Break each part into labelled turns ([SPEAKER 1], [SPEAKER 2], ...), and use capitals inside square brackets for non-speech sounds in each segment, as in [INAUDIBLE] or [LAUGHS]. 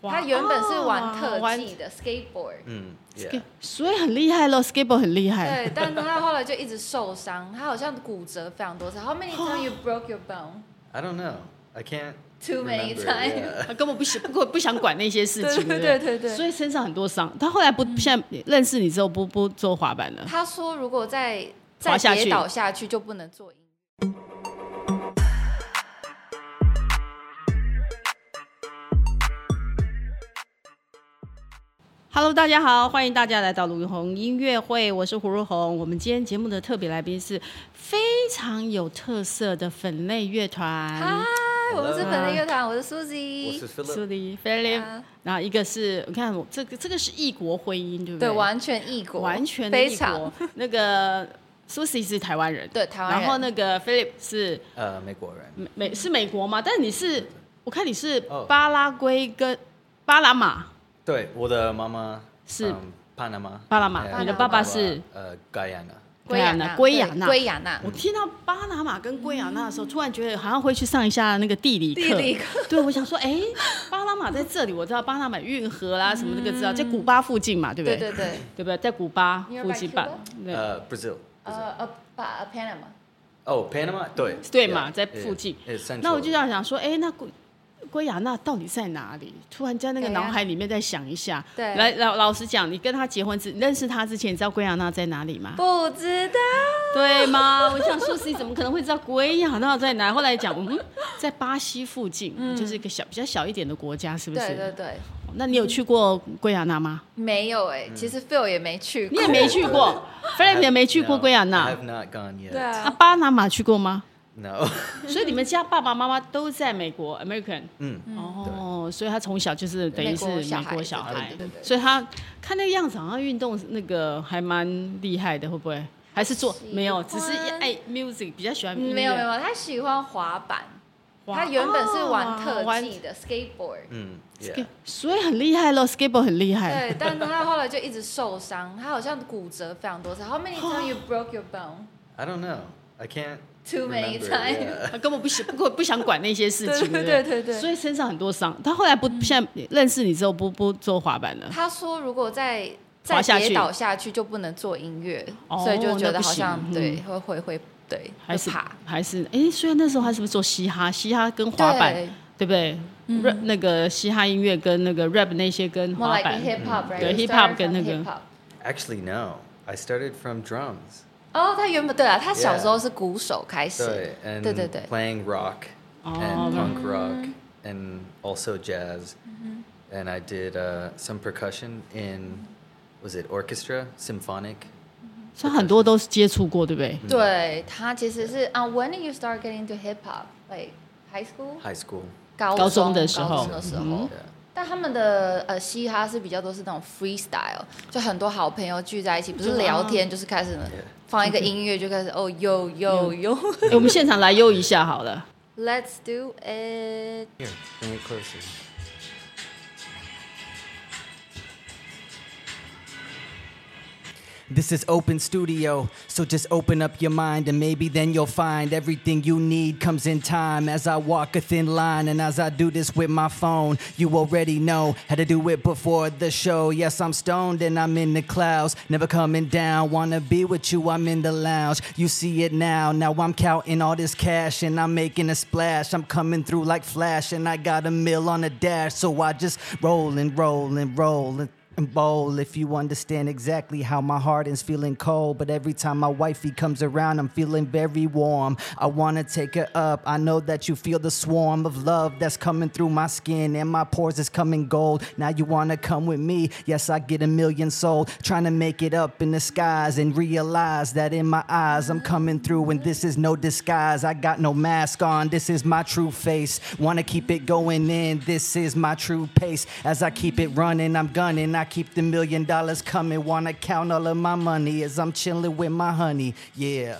[SPEAKER 1] 他原本是哦玩
[SPEAKER 2] 哦
[SPEAKER 1] 特技的 skateboard，
[SPEAKER 3] 嗯
[SPEAKER 2] ，skate-
[SPEAKER 3] Mm, ，yeah，
[SPEAKER 2] 所以很厉害咯 s k a t e b o a r d 很厉害。
[SPEAKER 1] 对，但他后来就一直受伤，他好像骨折非常多次。How many times you broke your bone?
[SPEAKER 2] 嗯
[SPEAKER 3] I don't know. I can't.
[SPEAKER 1] Too many
[SPEAKER 3] remember,
[SPEAKER 1] times.
[SPEAKER 3] yeah.
[SPEAKER 2] 他根本不想，不不想管那些事情，
[SPEAKER 1] 对
[SPEAKER 2] 不
[SPEAKER 1] 对对对嗯
[SPEAKER 2] 所以身上很多伤。他后来不，现在认识你之后不不做滑板了。
[SPEAKER 1] 他说如果再再
[SPEAKER 2] 滑下去
[SPEAKER 1] 跌倒下去就不能做音乐。
[SPEAKER 2] Hello，大家好，欢迎大家来到卢云红音乐会，我是胡如红。我们今天节目的特别来宾是非常有特色的粉类乐团
[SPEAKER 1] 嗨，，哎我们是粉的乐团，我是 Suzy，
[SPEAKER 3] 我是 Philip，
[SPEAKER 2] 苏黎 Philip，
[SPEAKER 1] 啊
[SPEAKER 2] 然后一个是我看我这个这个是异国婚姻，对不
[SPEAKER 1] 对，
[SPEAKER 2] 对，
[SPEAKER 1] 完全异国，
[SPEAKER 2] 完全的
[SPEAKER 1] 非
[SPEAKER 2] 异
[SPEAKER 1] 常
[SPEAKER 2] 国。 [LAUGHS] 那个 Susie 是台湾人，
[SPEAKER 1] 对台湾人。
[SPEAKER 2] 然后那个 Philip 是
[SPEAKER 3] 呃，美国人。
[SPEAKER 2] 美美是美国嘛？但你是我看你是
[SPEAKER 3] 哦
[SPEAKER 2] 巴拉圭跟巴拿马，
[SPEAKER 3] 对，我的妈妈
[SPEAKER 2] 是
[SPEAKER 3] 嗯巴拿马，
[SPEAKER 2] 巴拿马
[SPEAKER 3] um, Yeah，uh,
[SPEAKER 1] 你的
[SPEAKER 3] 我
[SPEAKER 1] 爸爸
[SPEAKER 2] 是
[SPEAKER 3] 呃盖亚纳。
[SPEAKER 1] 圭亚那，
[SPEAKER 2] 圭亚啊那
[SPEAKER 1] 对圭亚那，
[SPEAKER 2] 我听到巴拿马跟圭亚那的时候，突然觉得好像会去上一下那个地理课。
[SPEAKER 1] 地理课
[SPEAKER 2] 对，我想说，哎、巴拿马在这里，我知道巴拿马运河啊啦，什么那个知道，在古巴附近嘛，对不
[SPEAKER 1] 对
[SPEAKER 2] 对？
[SPEAKER 1] 对对，
[SPEAKER 2] 对不对？在古巴
[SPEAKER 1] Nearby
[SPEAKER 2] 附近吧？对、
[SPEAKER 3] 呃，Brazil。Uh,
[SPEAKER 1] 呃呃，把 Panama，
[SPEAKER 3] 哦，Panama，对，
[SPEAKER 2] 对嘛
[SPEAKER 3] yeah，
[SPEAKER 2] 在
[SPEAKER 3] yeah，
[SPEAKER 2] 附近
[SPEAKER 3] it's central
[SPEAKER 2] 那我就要想说，哎、那圭圭亚那到底在哪里？突然在那个
[SPEAKER 1] 对啊
[SPEAKER 2] 脑海里面再想一下。
[SPEAKER 1] 对
[SPEAKER 2] 来老老实讲，你跟他结婚之你认识他之前，你知道圭亚那在哪里吗？
[SPEAKER 1] 不知道，
[SPEAKER 2] 对吗？我想说，你怎么可能会知道圭亚那在哪？后来讲，嗯，在巴西附近，嗯就是一个小比较小一点的国家，是不是？
[SPEAKER 1] 嗯
[SPEAKER 2] 哦
[SPEAKER 1] 对对对，
[SPEAKER 2] 那你有去过圭亚那吗？
[SPEAKER 1] 没有哎，其实 Phil 也没去
[SPEAKER 2] 你
[SPEAKER 1] 过，
[SPEAKER 2] 也没去 [LAUGHS] 过，Philip 也没去过
[SPEAKER 3] No，
[SPEAKER 2] 圭亚
[SPEAKER 3] I
[SPEAKER 2] 那
[SPEAKER 3] have。not gone yet.
[SPEAKER 1] 对
[SPEAKER 2] 啊，
[SPEAKER 1] 啊，
[SPEAKER 2] 巴拿马去过吗？
[SPEAKER 3] No. [LAUGHS]
[SPEAKER 2] 所以你们家爸爸妈妈都在美国，American。
[SPEAKER 3] 嗯，
[SPEAKER 2] Mm. 哦，所以他从小就是等于是
[SPEAKER 1] 美国小
[SPEAKER 2] 美
[SPEAKER 1] 孩
[SPEAKER 2] 国小孩
[SPEAKER 1] 对对对对，对
[SPEAKER 2] 所以他看那个样子，好像运动那个还蛮厉害的，会不会？还是做
[SPEAKER 1] 喜欢
[SPEAKER 2] 没有，只是爱 music，比较喜欢音乐。
[SPEAKER 1] 嗯没有没有，他喜欢滑板，
[SPEAKER 2] 滑
[SPEAKER 1] 他原本是玩
[SPEAKER 2] 哦
[SPEAKER 1] 特
[SPEAKER 2] 玩
[SPEAKER 1] 技的 skateboard，
[SPEAKER 3] 嗯
[SPEAKER 2] 对
[SPEAKER 3] Mm, ，Yeah，
[SPEAKER 2] 所以很厉害咯 s k a t e b o a r d 很厉害。
[SPEAKER 1] 对，但他后来就一直受伤，他好像骨折非常多次。How
[SPEAKER 2] [GASPS]
[SPEAKER 1] many times you broke your bone?
[SPEAKER 3] I don't know. I can't.
[SPEAKER 1] Too many
[SPEAKER 3] remember,
[SPEAKER 1] times.
[SPEAKER 3] yeah
[SPEAKER 2] 他啊根本不想不不想管那些事情，
[SPEAKER 1] 对
[SPEAKER 2] 不
[SPEAKER 1] 对对嗯对
[SPEAKER 2] 所以身上很多伤。他后来不，现在认识你之后不不做滑板了。
[SPEAKER 1] 他说如果再
[SPEAKER 2] 滑
[SPEAKER 1] 再
[SPEAKER 2] 下
[SPEAKER 1] 跌
[SPEAKER 2] 去
[SPEAKER 1] 倒下去就不能做音乐，
[SPEAKER 2] 哦
[SPEAKER 1] 所以就觉
[SPEAKER 2] 那
[SPEAKER 1] 得
[SPEAKER 2] 不
[SPEAKER 1] 好像
[SPEAKER 2] 行嗯
[SPEAKER 1] 对会会会对
[SPEAKER 2] 还是
[SPEAKER 1] 会怕
[SPEAKER 2] 还是哎，所以那时候他是不是做嘻哈？嘻哈跟滑板，
[SPEAKER 1] 对
[SPEAKER 2] 对不对？rap 那个嘻哈音乐跟那个 rap 那些跟
[SPEAKER 1] 嗯，more
[SPEAKER 2] 滑
[SPEAKER 1] like
[SPEAKER 2] 板，嗯
[SPEAKER 1] hip hop right？
[SPEAKER 2] 对
[SPEAKER 1] You
[SPEAKER 2] hip
[SPEAKER 1] started
[SPEAKER 2] hop 跟
[SPEAKER 1] from
[SPEAKER 2] 那个
[SPEAKER 1] hip hop
[SPEAKER 3] Actually, no. I started from drums.
[SPEAKER 1] 哦，他原本对啊，他小时候是鼓手开始
[SPEAKER 3] So, and
[SPEAKER 1] 对对对
[SPEAKER 3] playing rock
[SPEAKER 2] 哦，
[SPEAKER 3] and punk Oh, rock Mm-hmm. and also jazz. And I did uh, some percussion in, was it orchestra, symphonic?
[SPEAKER 2] 所以很多都是接触过，对不对？
[SPEAKER 1] 对他其实是啊，When did you start getting into hip hop？Like high school？
[SPEAKER 3] High school.
[SPEAKER 1] 高
[SPEAKER 2] 高中
[SPEAKER 1] 中
[SPEAKER 2] 的时候
[SPEAKER 1] 高中的时候，
[SPEAKER 3] Oh.
[SPEAKER 1] 但他们的呃嘻哈是比较多是那种 freestyle，就很多好朋友聚在一起，不是聊天就是开始放一个音乐就开始哦哟哟哟
[SPEAKER 2] 哎，我们现场来悠一下好了。
[SPEAKER 1] [LAUGHS] ，Let's do it。
[SPEAKER 3] Here, bring it closer.
[SPEAKER 4] This is open studio, so just open up your mind and maybe then you'll find everything you need comes in time as I walk a thin line and as I do this with my phone. You already know how to do it before the show. Yes, I'm stoned and I'm in the clouds, never coming down. Wanna be with you, I'm in the lounge. You see it now, now I'm counting all this cash and I'm making a splash. I'm coming through like flash and I got a mill on the dash, so I just roll and roll and roll and and bowl if you understand exactly how my heart is feeling cold but every time my wifey comes around i'm feeling very warm i wanna take her up i know that you feel the swarm of love that's coming through my skin and my pores is coming gold now you wanna come with me yes i get a million sold trying to make it up in the skies and realize that in my eyes i'm coming through and this is no disguise i got no mask on this is my true face wanna keep it going in this is my true pace as i keep it running i'm gunning i keep the million dollars coming wanna count all of my money as i'm chilling with my honey yeah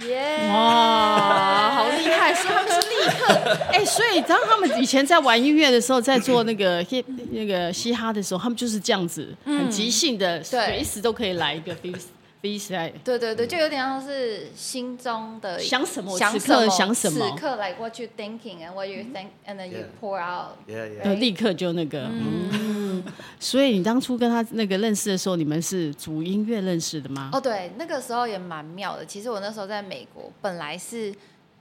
[SPEAKER 1] 耶！
[SPEAKER 2] 哇，好厉害！所以他们是立刻，哎、所以当他们以前在玩音乐的时候，在做那个
[SPEAKER 1] [LAUGHS]
[SPEAKER 2] hip
[SPEAKER 1] [LAUGHS]
[SPEAKER 2] 那个嘻哈的时候，他们就是这样子，很即兴的，随时都可以来一个 free freestyle。
[SPEAKER 1] 对对对，就有点像是心中的
[SPEAKER 2] 想什么
[SPEAKER 1] 想
[SPEAKER 2] 此刻
[SPEAKER 1] 什么
[SPEAKER 2] 想什么
[SPEAKER 1] 此刻 like what you thinking and what you think and then you
[SPEAKER 3] Yeah.
[SPEAKER 1] pour out。
[SPEAKER 3] Yeah, yeah.
[SPEAKER 2] 对，立刻就那个，嗯，所以你当初跟他那个认识的时候，你们是主音乐认识的吗？
[SPEAKER 1] 哦，对，那个时候也蛮妙的。其实我那时候在美国，本来是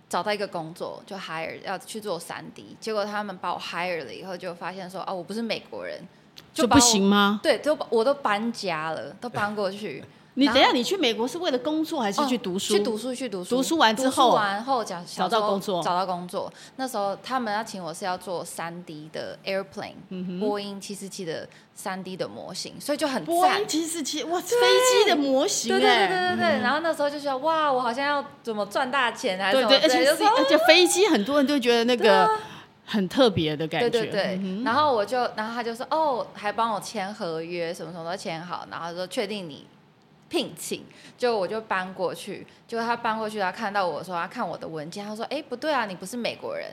[SPEAKER 1] 找到一个工作，就 hire 要去做三 D，结果他们把我 hire 了以后，就发现说，哦，我不是美国人，
[SPEAKER 2] 就
[SPEAKER 1] 把
[SPEAKER 2] 不
[SPEAKER 1] 我
[SPEAKER 2] 行？吗？。
[SPEAKER 1] 对，都把我都搬家了，都搬过去
[SPEAKER 2] [LAUGHS] 你
[SPEAKER 1] 然
[SPEAKER 2] 等
[SPEAKER 1] 后
[SPEAKER 2] 一下，你去美国是为了工作还是
[SPEAKER 1] 哦
[SPEAKER 2] 去读书？
[SPEAKER 1] 去读书，去读书。
[SPEAKER 2] 读书完之后
[SPEAKER 1] 完后讲
[SPEAKER 2] 找到工作
[SPEAKER 1] 找到工作。那时候他们要请我是要做三 D 的 airplane，、波
[SPEAKER 2] 嗯
[SPEAKER 1] 音七四七的三 D 的模型，所以就很
[SPEAKER 2] 波
[SPEAKER 1] 赞
[SPEAKER 2] 音。七四七，哇，飞机的模型
[SPEAKER 1] 对对对
[SPEAKER 2] 哎，
[SPEAKER 1] 对对对，然后那时候就觉得哇，我好像要怎么赚大钱还是
[SPEAKER 2] 对
[SPEAKER 1] 什么
[SPEAKER 2] 对，而
[SPEAKER 1] 之类
[SPEAKER 2] 且
[SPEAKER 1] 的，
[SPEAKER 2] 是
[SPEAKER 1] 就说
[SPEAKER 2] 而且飞机很多人都觉得那个很特别的感觉，
[SPEAKER 1] 啊
[SPEAKER 2] 嗯
[SPEAKER 1] 对对对，然后我就，然后他就说哦，还帮我签合约，什么什么都签好，然后他说确定你聘请，就我就搬过去，结果他搬过去，他看到我说他看我的文件，他说哎不对啊，你不是美国人，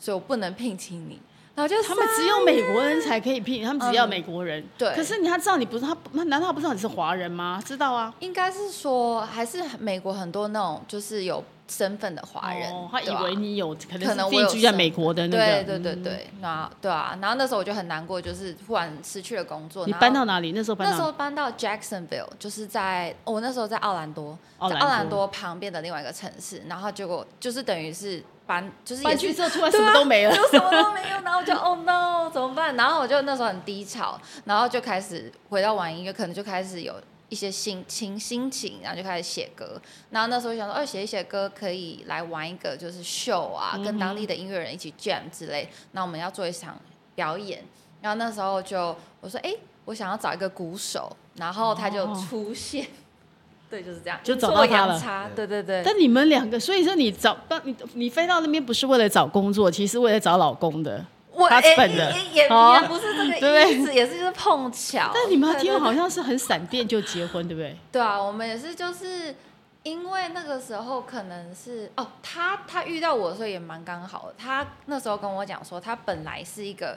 [SPEAKER 1] 所以我不能聘请你，然后就
[SPEAKER 2] 他们只有美国人才可以聘，他们只要
[SPEAKER 1] 嗯
[SPEAKER 2] 美国人。
[SPEAKER 1] 对
[SPEAKER 2] 可是你他知道你不是他，那难道他不知道你是华人吗？知道啊，
[SPEAKER 1] 应该是说还是美国很多那种就是有身份的华人，
[SPEAKER 2] 哦他以
[SPEAKER 1] 对啊
[SPEAKER 2] 为你有可
[SPEAKER 1] 可
[SPEAKER 2] 能
[SPEAKER 1] 能
[SPEAKER 2] 是
[SPEAKER 1] 我
[SPEAKER 2] 定
[SPEAKER 1] 有
[SPEAKER 2] 居在
[SPEAKER 1] 身
[SPEAKER 2] 美国的那个。
[SPEAKER 1] 对对对
[SPEAKER 2] 嗯。
[SPEAKER 1] 对，那对啊，然后那时候我就很难过，就是忽然失去了工作。
[SPEAKER 2] 你
[SPEAKER 1] 然后
[SPEAKER 2] 搬到哪里？那时候搬
[SPEAKER 1] 那时
[SPEAKER 2] 到
[SPEAKER 1] 候搬到 Jacksonville，就是在我、那时候在奥兰多，
[SPEAKER 2] 奥兰
[SPEAKER 1] 在
[SPEAKER 2] 多
[SPEAKER 1] 奥兰多旁边的另外一个城市，然后结果就是等于是搬，就是也
[SPEAKER 2] 搬
[SPEAKER 1] 是
[SPEAKER 2] 去之后，突然什
[SPEAKER 1] 对啊
[SPEAKER 2] 么都没了。
[SPEAKER 1] 就什么都没有，然后我就 oh no 怎么办？然后我就那时候很低潮，然后就开始回到玩音乐，可能就开始有一些心情心情，然后就开始写歌。然后那时候想说，哦，写一写歌可以来玩一个就是秀啊，跟当
[SPEAKER 2] 嗯
[SPEAKER 1] 地的音乐人一起 jam 之类。那我们要做一场表演，然后那时候就我说，哎、我想要找一个鼓手，然后他就
[SPEAKER 2] 哦
[SPEAKER 1] 出现。 [LAUGHS] 对，就是这样，
[SPEAKER 2] 就找到
[SPEAKER 1] 阴
[SPEAKER 2] 他
[SPEAKER 1] 错阳
[SPEAKER 2] 了
[SPEAKER 1] 差对对对。
[SPEAKER 2] 但你们两个，所以说你找到你你飞到那边不是为了找工作，其实为了找老公的。
[SPEAKER 1] 我
[SPEAKER 2] 他
[SPEAKER 1] 哎
[SPEAKER 2] 本的
[SPEAKER 1] 也也
[SPEAKER 2] 哦
[SPEAKER 1] 也不是这
[SPEAKER 2] [LAUGHS]
[SPEAKER 1] 个
[SPEAKER 2] 对
[SPEAKER 1] 意思，也是就是碰巧。
[SPEAKER 2] 但你们
[SPEAKER 1] 对
[SPEAKER 2] 听
[SPEAKER 1] 对
[SPEAKER 2] 好像是很闪电就结婚，对不对？
[SPEAKER 1] 对啊，我们也是就是因为那个时候可能是哦，他他遇到我的时候也蛮刚好的，他那时候跟我讲说，他本来是一个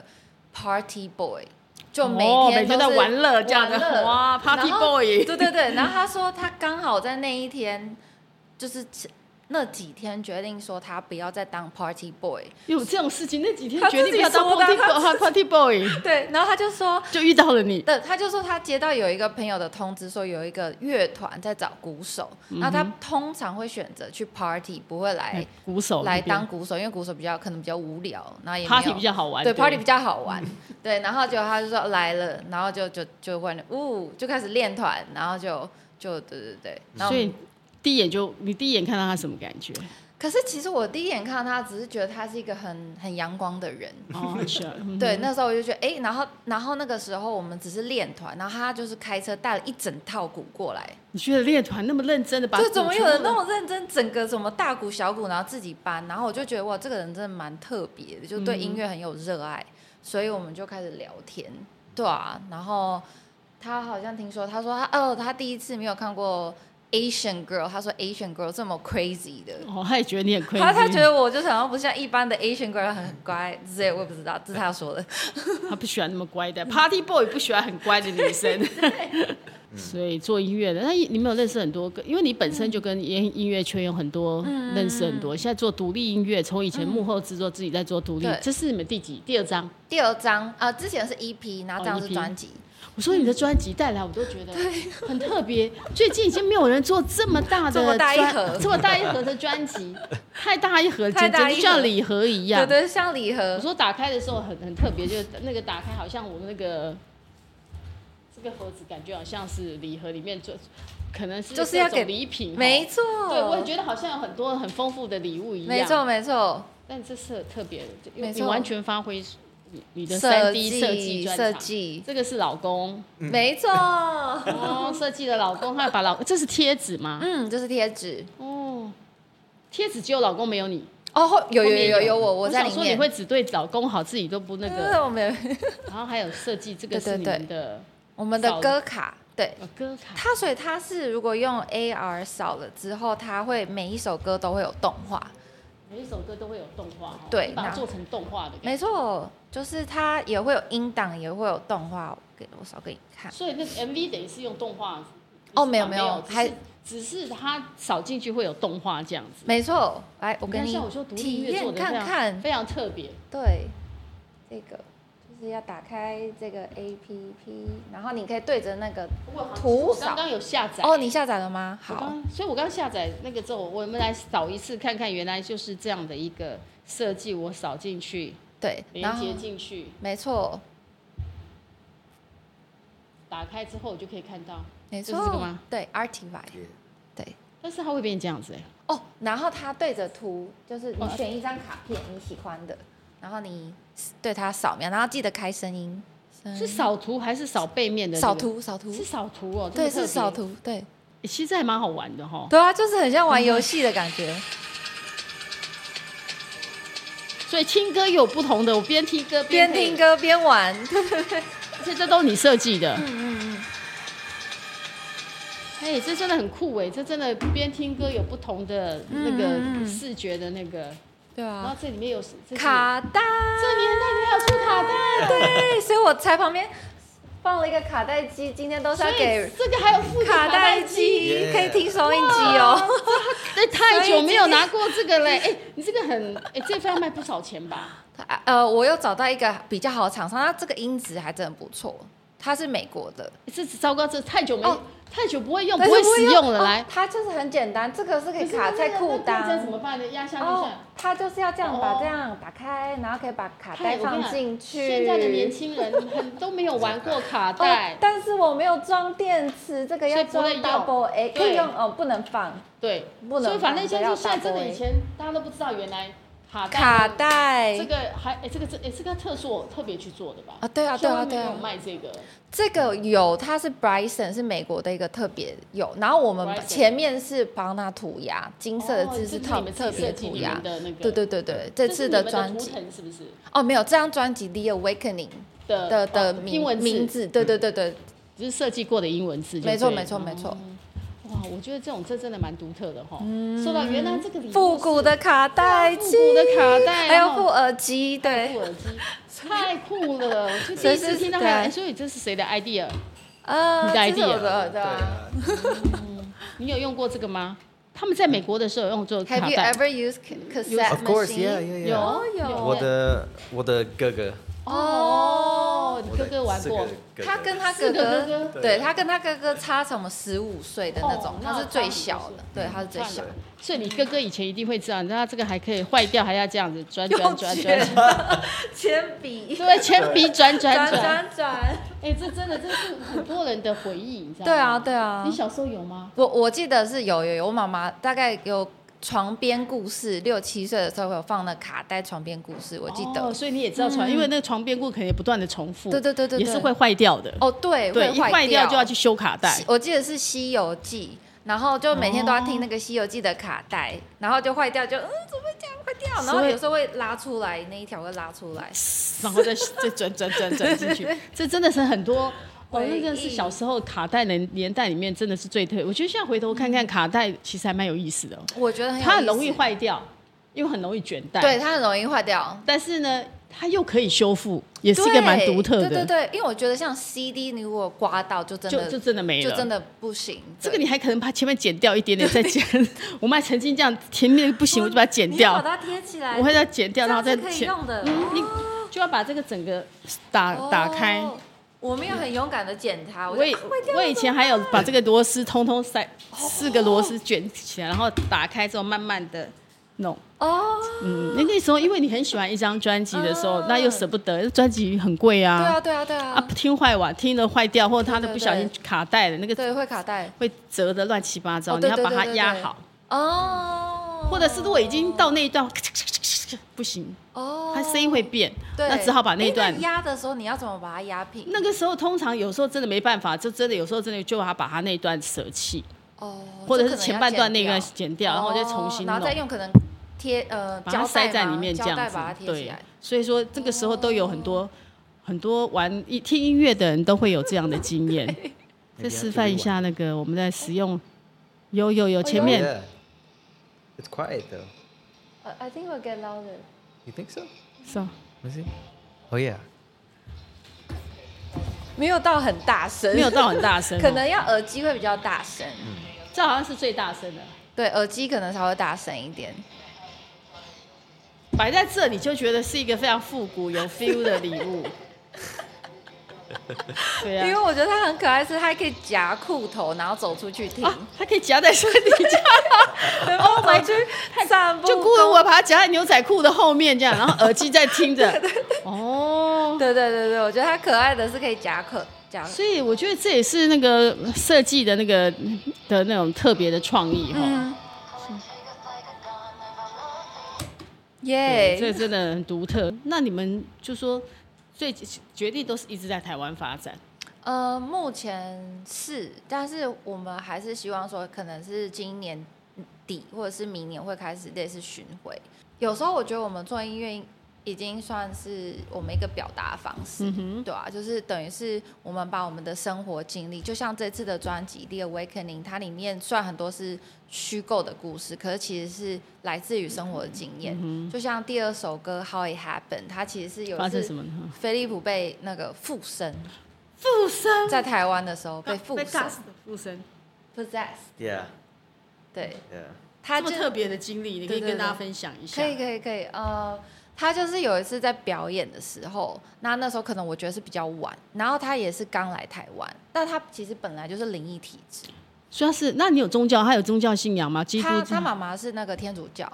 [SPEAKER 1] party boy。就每
[SPEAKER 2] 哦每
[SPEAKER 1] 天都
[SPEAKER 2] 天
[SPEAKER 1] 是
[SPEAKER 2] 在玩乐这样的
[SPEAKER 1] 玩乐
[SPEAKER 2] 哇
[SPEAKER 1] 然后
[SPEAKER 2] party boy
[SPEAKER 1] 对对对，然后他说他刚好在那一天，就是那几天决定说他不要再当 party boy，
[SPEAKER 2] 有这种事情，那几天
[SPEAKER 1] 他
[SPEAKER 2] 决
[SPEAKER 1] 自
[SPEAKER 2] 定
[SPEAKER 1] 己
[SPEAKER 2] 要当
[SPEAKER 1] 说的
[SPEAKER 2] party
[SPEAKER 1] 他
[SPEAKER 2] boy- party boy，
[SPEAKER 1] 对，然后他就说
[SPEAKER 2] 就遇到了你。
[SPEAKER 1] 对，他就说他接到有一个朋友的通知，说有一个乐团在找鼓手，
[SPEAKER 2] 嗯
[SPEAKER 1] 那他通常会选择去 party，不会来
[SPEAKER 2] 哎鼓手
[SPEAKER 1] 来
[SPEAKER 2] 那边
[SPEAKER 1] 当鼓手，因为鼓手比较可能比较无聊，然后也没有
[SPEAKER 2] party 比较好玩，
[SPEAKER 1] 对 party 比较好玩， [LAUGHS] 对，然后就他就说来了，然后就就就问，呜、就开始练团，然后就就对对对，然后
[SPEAKER 2] 所以第一眼就你第一眼看到他什么感觉？
[SPEAKER 1] 可是其实我第一眼看到他，只是觉得他是一个很很阳光的人，
[SPEAKER 2] 哦，很
[SPEAKER 1] 啊
[SPEAKER 2] 喜欢。嗯
[SPEAKER 1] 对，那时候我就觉得，哎、然后然后那个时候我们只是练团，然后他就是开车带了一整套鼓过来，
[SPEAKER 2] 你觉得练团那么认真的把
[SPEAKER 1] 就怎么有人那
[SPEAKER 2] 弄？
[SPEAKER 1] 么认真，整个什么大鼓小鼓，然后自己搬，然后我就觉得哇，这个人真的蛮特别的，就对
[SPEAKER 2] 嗯
[SPEAKER 1] 音乐很有热爱，所以我们就开始聊天，对啊，然后他好像听说，他说他哦，他第一次没有看过 Asian girl，他说 Asian girl 这么 crazy 的。
[SPEAKER 2] 哦，他也觉得你很 crazy。
[SPEAKER 1] [LAUGHS] 他他觉得我就想要不像一般的 Asian girl 很乖之类，我也不知道，这是他说的。 [LAUGHS]
[SPEAKER 2] [LAUGHS] 他不喜欢那么乖的 Party Boy，不喜欢很乖的女
[SPEAKER 1] [LAUGHS]
[SPEAKER 2] 生。 [LAUGHS] 所以做音乐的，那你没有认识很多个，因为你本身就跟音音乐圈有很多、
[SPEAKER 1] 嗯
[SPEAKER 2] 认识很多。现在做独立音乐，从以前幕后制作自己在做独立，
[SPEAKER 1] 对
[SPEAKER 2] 这是你们第几第二张？
[SPEAKER 1] 第二张啊、呃之前是 EP，然后
[SPEAKER 2] 哦
[SPEAKER 1] 这样
[SPEAKER 2] ，E
[SPEAKER 1] 是专辑。
[SPEAKER 2] 我说你的专辑带来，我都觉得很特别。最近已经没有人做这么大的
[SPEAKER 1] 这么大一
[SPEAKER 2] 专
[SPEAKER 1] 盒
[SPEAKER 2] 这么大一盒的专
[SPEAKER 1] [LAUGHS]
[SPEAKER 2] 辑，太大一盒，
[SPEAKER 1] 太
[SPEAKER 2] 简
[SPEAKER 1] 大
[SPEAKER 2] 直
[SPEAKER 1] 一
[SPEAKER 2] 就
[SPEAKER 1] 盒
[SPEAKER 2] 像礼盒一样。
[SPEAKER 1] 对对，像礼盒
[SPEAKER 2] 我。说打开的时候很很特别，就是那个打开好像我那个这个盒子，感觉好像是礼盒里面做，可能是
[SPEAKER 1] 就是要
[SPEAKER 2] 各种
[SPEAKER 1] 给
[SPEAKER 2] 礼品哦，
[SPEAKER 1] 没错，
[SPEAKER 2] 对，我也觉得好像有很多很丰富的礼物一样，
[SPEAKER 1] 没错，没错，
[SPEAKER 2] 但这是特别的，因为
[SPEAKER 1] 没
[SPEAKER 2] 你
[SPEAKER 1] 错
[SPEAKER 2] 完全发挥你你的
[SPEAKER 1] 设
[SPEAKER 2] 三 D
[SPEAKER 1] 计
[SPEAKER 2] 设计专
[SPEAKER 1] 设
[SPEAKER 2] 长
[SPEAKER 1] 计
[SPEAKER 2] 这个是老公
[SPEAKER 1] 没
[SPEAKER 2] [LAUGHS]
[SPEAKER 1] 错，
[SPEAKER 2] 哦，设计的老公，他把老这是贴纸吗？
[SPEAKER 1] 嗯，这是贴纸嗯
[SPEAKER 2] 哦，贴纸只有老公没有你，
[SPEAKER 1] 哦，有
[SPEAKER 2] 后
[SPEAKER 1] 有
[SPEAKER 2] 面
[SPEAKER 1] 有有我
[SPEAKER 2] 我
[SPEAKER 1] 在
[SPEAKER 2] 想
[SPEAKER 1] 里
[SPEAKER 2] 说你
[SPEAKER 1] 面，
[SPEAKER 2] 会只对老公好，自己都不那
[SPEAKER 1] 对，
[SPEAKER 2] 个，
[SPEAKER 1] 我们
[SPEAKER 2] 然后还有设计，这个是
[SPEAKER 1] 对对
[SPEAKER 2] 你
[SPEAKER 1] 对
[SPEAKER 2] 们的。
[SPEAKER 1] [LAUGHS] 我们的歌卡对。
[SPEAKER 2] 呃歌卡
[SPEAKER 1] 它所以它是如果用 AR 扫了之后，它会每一首歌都会有动画，
[SPEAKER 2] 每一首歌都会有动画哦，
[SPEAKER 1] 对
[SPEAKER 2] 你把它
[SPEAKER 1] 那
[SPEAKER 2] 做成动画的感觉。
[SPEAKER 1] 没错，就是它也会有音档，也会有动画。我给我扫给你看，
[SPEAKER 2] 所以那个 MV 等于是用动画
[SPEAKER 1] 哦，没有
[SPEAKER 2] 啊
[SPEAKER 1] 没
[SPEAKER 2] 没
[SPEAKER 1] 有，
[SPEAKER 2] 只
[SPEAKER 1] 还
[SPEAKER 2] 是只是它扫进去会有动画这样子。
[SPEAKER 1] 没错。来，我
[SPEAKER 2] 你
[SPEAKER 1] 跟
[SPEAKER 2] 看，
[SPEAKER 1] 你
[SPEAKER 2] 像我说独立
[SPEAKER 1] 体
[SPEAKER 2] 音乐做
[SPEAKER 1] 验
[SPEAKER 2] 的
[SPEAKER 1] 看看。
[SPEAKER 2] 非常特别。
[SPEAKER 1] 对，这个就是要打开这个 A P P，然后你可以对着那个图
[SPEAKER 2] 我刚
[SPEAKER 1] 扫。
[SPEAKER 2] 刚有下载
[SPEAKER 1] 哦，你下载了吗？
[SPEAKER 2] 我
[SPEAKER 1] 好，
[SPEAKER 2] 刚，所以我刚下载那个之后，我们来扫一次看看，原来就是这样的一个设计。我扫进去，
[SPEAKER 1] 对，
[SPEAKER 2] 连
[SPEAKER 1] 然后
[SPEAKER 2] 接进去，
[SPEAKER 1] 没错，
[SPEAKER 2] 打开之后我就可以看到。
[SPEAKER 1] 没
[SPEAKER 2] 就是这个
[SPEAKER 1] 错
[SPEAKER 2] 吗，
[SPEAKER 1] 对，R T Y，
[SPEAKER 3] Yeah.
[SPEAKER 1] 对。
[SPEAKER 2] 但是它会变这样子哎、
[SPEAKER 1] 哦，然后他对着图，就是你
[SPEAKER 2] 哦
[SPEAKER 1] 选一张卡片你喜欢的，然后你对它扫描，然后记得开声音，声
[SPEAKER 2] 是扫图还是扫背面的、
[SPEAKER 1] 嗯扫，图扫图，
[SPEAKER 2] 是扫图哦、这么
[SPEAKER 1] 对，
[SPEAKER 2] 特别
[SPEAKER 1] 是扫、图，对，
[SPEAKER 2] 欸其实还蛮好玩的哈。
[SPEAKER 1] 对啊，就是很像玩游戏的感觉。
[SPEAKER 2] 所以听歌有不同的，我边听歌
[SPEAKER 1] 边
[SPEAKER 2] 可以
[SPEAKER 1] 听，歌边玩，
[SPEAKER 2] 而且这都你设计的。嗯嗯嗯。哎、这真的很酷哎、这真的边听歌有不同的那
[SPEAKER 1] 嗯嗯
[SPEAKER 2] 个
[SPEAKER 1] 嗯
[SPEAKER 2] 视觉的那个，
[SPEAKER 1] 对
[SPEAKER 2] 然后
[SPEAKER 1] 啊，
[SPEAKER 2] 这里面有这是
[SPEAKER 1] 卡带，
[SPEAKER 2] 这年代你还有出卡带，
[SPEAKER 1] 对，所以我才旁边放了一个卡带机，今天都是
[SPEAKER 2] 所
[SPEAKER 1] 要
[SPEAKER 2] 以
[SPEAKER 1] 给
[SPEAKER 2] 这个还有附
[SPEAKER 1] 卡带
[SPEAKER 2] 带，
[SPEAKER 1] 机，
[SPEAKER 3] 耶
[SPEAKER 1] 可以听收音机哦。
[SPEAKER 2] 对，太久没有拿过这个嘞。哎、你这个很，哎、这份要卖不少钱吧？
[SPEAKER 1] 啊呃，我有找到一个比较好的厂商，它这个音质还真的不错，它是美国的，
[SPEAKER 2] 哎这糟糕，这太久没、
[SPEAKER 1] 哦
[SPEAKER 2] 太久不会用，不
[SPEAKER 1] 但是
[SPEAKER 2] 会使用了。
[SPEAKER 1] 哦
[SPEAKER 2] 来，
[SPEAKER 1] 它就是很简单，这个是可
[SPEAKER 2] 可
[SPEAKER 1] 以
[SPEAKER 2] 是
[SPEAKER 1] 卡在
[SPEAKER 2] 那个
[SPEAKER 1] 裤
[SPEAKER 2] 那个这样
[SPEAKER 1] 裆
[SPEAKER 2] 怎。么办呢？压下去
[SPEAKER 1] 哦
[SPEAKER 2] 算。，
[SPEAKER 1] 它就是要这样把
[SPEAKER 2] 哦
[SPEAKER 1] 这样打开，然后可以把卡
[SPEAKER 2] 太
[SPEAKER 1] 带
[SPEAKER 2] 我跟你
[SPEAKER 1] 放
[SPEAKER 2] 讲
[SPEAKER 1] 进去。
[SPEAKER 2] 现在的年轻人很都没有玩过卡
[SPEAKER 1] [LAUGHS] 哦
[SPEAKER 2] 带，，
[SPEAKER 1] 但是我没有装电池，这个
[SPEAKER 2] 所
[SPEAKER 1] 要
[SPEAKER 2] 以不
[SPEAKER 1] 装
[SPEAKER 2] 能用
[SPEAKER 1] double A，可
[SPEAKER 2] 对
[SPEAKER 1] 以用哦，不能放
[SPEAKER 2] 对，
[SPEAKER 1] 不能
[SPEAKER 2] 所以反正现在
[SPEAKER 1] 放
[SPEAKER 2] 就
[SPEAKER 1] 的
[SPEAKER 2] 现在真
[SPEAKER 1] 要
[SPEAKER 2] 的，
[SPEAKER 1] 打
[SPEAKER 2] 以前大家都不知道原来卡带
[SPEAKER 1] 卡带。
[SPEAKER 2] 这个还哎、这个这哎、这个特殊特别去做的吧？
[SPEAKER 1] 啊对啊对
[SPEAKER 2] 现
[SPEAKER 1] 啊
[SPEAKER 2] 在外面
[SPEAKER 1] 对啊
[SPEAKER 2] 没有卖这个。
[SPEAKER 1] 这个有，它是 Bryson 是美国的一个特别有，然后我们
[SPEAKER 2] Bryson
[SPEAKER 1] 前面是帮它涂鸦，金色的
[SPEAKER 2] 哦
[SPEAKER 1] 字
[SPEAKER 2] 这是
[SPEAKER 1] 特
[SPEAKER 2] 你们自己
[SPEAKER 1] 特别
[SPEAKER 2] 设计
[SPEAKER 1] 涂
[SPEAKER 2] 你
[SPEAKER 1] 鸦
[SPEAKER 2] 们的那个嗯
[SPEAKER 1] 对对对对，
[SPEAKER 2] 这
[SPEAKER 1] 这次的
[SPEAKER 2] 是你们
[SPEAKER 1] 专
[SPEAKER 2] 图
[SPEAKER 1] 辑
[SPEAKER 2] 腾是不是
[SPEAKER 1] 哦没有，这张专辑《The Awakening》
[SPEAKER 2] 的
[SPEAKER 1] 的的
[SPEAKER 2] 哦
[SPEAKER 1] 名
[SPEAKER 2] 英文字
[SPEAKER 1] 名字，对对对对，
[SPEAKER 2] 只是设计过的英文字就对
[SPEAKER 1] 没
[SPEAKER 2] 了，哦
[SPEAKER 1] 错没错没错，
[SPEAKER 2] 哇，我觉得这种这真的蛮独特的哈。说到原来这个礼物
[SPEAKER 1] 嗯复古的卡带
[SPEAKER 2] 嗯啊复
[SPEAKER 1] 机，
[SPEAKER 2] 古的卡带
[SPEAKER 1] 还有
[SPEAKER 2] 哦
[SPEAKER 1] 副耳机，
[SPEAKER 2] 是
[SPEAKER 1] 对
[SPEAKER 2] 酷，耳机，太酷了！我就第
[SPEAKER 1] 所
[SPEAKER 2] 一
[SPEAKER 1] 以是
[SPEAKER 2] 次听到
[SPEAKER 1] 对
[SPEAKER 2] 它。哎所以这是谁的 idea？
[SPEAKER 1] 呃
[SPEAKER 2] 你的
[SPEAKER 1] 这是
[SPEAKER 2] idea
[SPEAKER 1] 我的对啊。
[SPEAKER 3] Yeah.
[SPEAKER 2] 你有用过这个吗？他们在美国的时候有用做卡
[SPEAKER 1] Have you
[SPEAKER 2] 带，
[SPEAKER 1] ever used ca- cassette
[SPEAKER 3] Of course, yeah,
[SPEAKER 1] machine?
[SPEAKER 2] 有
[SPEAKER 3] yeah, yeah.
[SPEAKER 1] 有
[SPEAKER 3] 我的我的哥哥，
[SPEAKER 2] 哦，你
[SPEAKER 3] 我
[SPEAKER 2] 哥
[SPEAKER 3] 的
[SPEAKER 2] 哥玩
[SPEAKER 3] 四个
[SPEAKER 2] 过
[SPEAKER 3] 哥。哥
[SPEAKER 1] 他跟他
[SPEAKER 2] 四
[SPEAKER 1] 哥
[SPEAKER 2] 个哥
[SPEAKER 1] 哥
[SPEAKER 2] 哥，
[SPEAKER 1] 对他跟他哥哥差什么十五岁的那种
[SPEAKER 2] 哦，
[SPEAKER 1] 他
[SPEAKER 2] 那
[SPEAKER 1] 是最小的，对，他是最
[SPEAKER 2] 算
[SPEAKER 1] 小
[SPEAKER 2] 了
[SPEAKER 1] 的。
[SPEAKER 2] 所以你哥哥以前一定会知道，你知道他这个还可以坏掉，还要这样子转
[SPEAKER 1] 用
[SPEAKER 2] 转转嗯转，
[SPEAKER 1] [LAUGHS]
[SPEAKER 2] 转，
[SPEAKER 1] 铅笔，
[SPEAKER 2] 对，铅笔转转
[SPEAKER 1] 转
[SPEAKER 2] 转。
[SPEAKER 1] 转转。
[SPEAKER 2] 哎，这真的这是很多人的回忆，你知道吗？
[SPEAKER 1] 对啊，对啊
[SPEAKER 2] 你。小时候有吗？
[SPEAKER 1] 我我记得是有有有，我妈妈大概有床边故事，六七岁的时候有放那卡带床边故事，我记
[SPEAKER 2] 哦，
[SPEAKER 1] 得。嗯
[SPEAKER 2] 所以你也知道传，因为那个床边故可能也不断的重复，
[SPEAKER 1] 对对对对对
[SPEAKER 2] 也是会坏掉的。
[SPEAKER 1] 哦，对，
[SPEAKER 2] 对，
[SPEAKER 1] 会
[SPEAKER 2] 一坏掉就要去修卡带
[SPEAKER 1] 西。我记得是《西游记》，然后就每天都要听那个《西游记》的卡带，然后就坏掉，就嗯，怎么会这样坏掉？然后
[SPEAKER 2] 所以
[SPEAKER 1] 有时候会拉出来那一条会拉出来，
[SPEAKER 2] 然后再再转转转转进去，这真的是很多。我
[SPEAKER 1] 回忆
[SPEAKER 2] 那个是小时候卡带年年代里面真的是最特别，我觉得现在回头看看卡带其实还蛮有意思的哦，
[SPEAKER 1] 我觉得嗯很有
[SPEAKER 2] 它很
[SPEAKER 1] 意思
[SPEAKER 2] 容易，坏掉，因为很容易卷带。
[SPEAKER 1] 对，，它很容易坏掉。
[SPEAKER 2] 但是呢，它又可以修复，也是一个
[SPEAKER 1] 对
[SPEAKER 2] 蛮独特的。
[SPEAKER 1] 对对对，因为我觉得像 CD，你如果刮到就真的
[SPEAKER 2] 就就真的没了
[SPEAKER 1] 就真的不行。
[SPEAKER 2] 这个
[SPEAKER 1] 对
[SPEAKER 2] 你还可能把前面剪掉一点点再剪， [LAUGHS] 我们还曾经这样前面不行我就把它剪
[SPEAKER 1] 你
[SPEAKER 2] 掉
[SPEAKER 1] 要，把它贴起来，
[SPEAKER 2] 我会再剪掉，
[SPEAKER 1] 这
[SPEAKER 2] 然后
[SPEAKER 1] 样
[SPEAKER 2] 再
[SPEAKER 1] 是可以
[SPEAKER 2] 剪，嗯
[SPEAKER 1] 用的。
[SPEAKER 2] 你就要把这个整个打打开。
[SPEAKER 1] 哦我没有很勇敢的剪它，
[SPEAKER 2] 我
[SPEAKER 1] 我
[SPEAKER 2] 以
[SPEAKER 1] 就啊坏掉
[SPEAKER 2] 我
[SPEAKER 1] 了哦
[SPEAKER 2] 以前还有把这个螺丝通通塞四个螺丝卷起来，然后打开之后慢慢的弄。
[SPEAKER 1] 哦，
[SPEAKER 2] 嗯，那那时候因为你很喜欢一张专辑的时候，那又舍不得，专辑很贵
[SPEAKER 1] 嗯对
[SPEAKER 2] 啊
[SPEAKER 1] 啊，对啊对啊
[SPEAKER 2] 啊，听坏完听了坏掉，或者它的
[SPEAKER 1] 对对
[SPEAKER 2] 不小心卡带了，那个
[SPEAKER 1] 对会卡带。
[SPEAKER 2] 会折的乱七八糟，
[SPEAKER 1] 哦
[SPEAKER 2] 你
[SPEAKER 1] 对
[SPEAKER 2] 要把它
[SPEAKER 1] 对对对
[SPEAKER 2] 压
[SPEAKER 1] 对
[SPEAKER 2] 好，
[SPEAKER 1] 哦，
[SPEAKER 2] 或者是如果已经到那一段，不行，
[SPEAKER 1] 哦，
[SPEAKER 2] 它声音会变，
[SPEAKER 1] 对，
[SPEAKER 2] 那只好把那一
[SPEAKER 1] 诶
[SPEAKER 2] 段
[SPEAKER 1] 压的时候，你要怎么把它压平？
[SPEAKER 2] 那个时候通常有时候真的没办法，就真的有时候真的就把它把它那一段舍弃。
[SPEAKER 1] 哦，
[SPEAKER 2] 或者
[SPEAKER 1] 这
[SPEAKER 2] 是
[SPEAKER 1] 可能
[SPEAKER 2] 前
[SPEAKER 1] 要
[SPEAKER 2] 半
[SPEAKER 1] 剪
[SPEAKER 2] 段那个
[SPEAKER 1] 掉
[SPEAKER 2] 剪掉，然后我再重
[SPEAKER 1] 哦
[SPEAKER 2] 新弄，
[SPEAKER 1] 然后再用可能贴呃
[SPEAKER 2] 把
[SPEAKER 1] 胶
[SPEAKER 2] 它塞
[SPEAKER 1] 带
[SPEAKER 2] 在
[SPEAKER 1] 吗
[SPEAKER 2] 里面这
[SPEAKER 1] 胶带
[SPEAKER 2] 样
[SPEAKER 1] 把它
[SPEAKER 2] 子。
[SPEAKER 1] 贴起
[SPEAKER 2] 对
[SPEAKER 1] 来。，
[SPEAKER 2] 所以说这个时候都有很多、很多玩一听音乐的人都会有这样的经
[SPEAKER 1] [LAUGHS]
[SPEAKER 2] 验。再示范一下那个我们在使用，有哦有有前面
[SPEAKER 3] Oh, Yeah. It's quiet though.
[SPEAKER 1] Uh, I think we'll get louder.
[SPEAKER 3] You think so?
[SPEAKER 2] 是吧
[SPEAKER 3] Let me see. Oh yeah.
[SPEAKER 1] 没有到很大声，
[SPEAKER 2] 没有到很大声哦嗯
[SPEAKER 1] 可能要耳机会比较大声，
[SPEAKER 2] 这好像是最大声的。
[SPEAKER 1] 对，耳机可能稍微大声一点。
[SPEAKER 2] 摆在这你就觉得是一个非常复古有 feel 的礼物。对啊
[SPEAKER 1] 因为
[SPEAKER 2] 呀、
[SPEAKER 1] 我觉得它很可爱，是它还可以夹裤头，然后走出去听 [LAUGHS]
[SPEAKER 2] 啊，，啊，它可以夹在身体这样，
[SPEAKER 1] 然后走去散步，
[SPEAKER 2] 就顾问我把它夹在牛仔裤的后面这样，然后耳机在听着。哦，
[SPEAKER 1] 对对对对，我觉得它可爱的是可以夹克夹，
[SPEAKER 2] 所以我觉得这也是那个设计的那个的那种特别的创意哈。
[SPEAKER 1] 嗯，
[SPEAKER 2] 对
[SPEAKER 1] 耶，
[SPEAKER 2] 这真的很独特。那你们就说最决定都是一直在台湾发展，
[SPEAKER 1] 呃，目前是，但是我们还是希望说，可能是今年底或者是明年会开始类似巡回。有时候我觉得我们做音乐已经算是我们一个表达方式，
[SPEAKER 2] 嗯
[SPEAKER 1] 对啊，就是等于是我们把我们的生活经历，就像这次的专辑《The Awakening》，它里面虽然很多是虚构的故事，可是其实是来自于生活的经验。就像第二首歌《How It Happened》，它其实是有
[SPEAKER 2] 嗯发生
[SPEAKER 1] 是
[SPEAKER 2] 什么呢？
[SPEAKER 1] 飞利浦被那个附身。
[SPEAKER 2] 附 [LAUGHS] 身
[SPEAKER 1] 在台湾的时候被附
[SPEAKER 2] 啊被
[SPEAKER 1] 身
[SPEAKER 2] 尬死的附身，
[SPEAKER 1] possess，
[SPEAKER 3] Yeah,
[SPEAKER 1] 对，
[SPEAKER 3] yeah.
[SPEAKER 1] 他
[SPEAKER 2] 这
[SPEAKER 1] 就
[SPEAKER 2] 么特别的经历，你可以
[SPEAKER 1] 对对
[SPEAKER 2] 跟大家
[SPEAKER 1] 对
[SPEAKER 2] 分享一下。
[SPEAKER 1] 可以可以可以，呃，他就是有一次在表演的时候，那那时候可能我觉得是比较晚，然后他也是刚来台湾，但他其实本来就是灵异体质，
[SPEAKER 2] 主要是，那你有宗教，他有宗教信仰吗？基督
[SPEAKER 1] 他
[SPEAKER 2] 教
[SPEAKER 1] 他妈妈是那个天主教，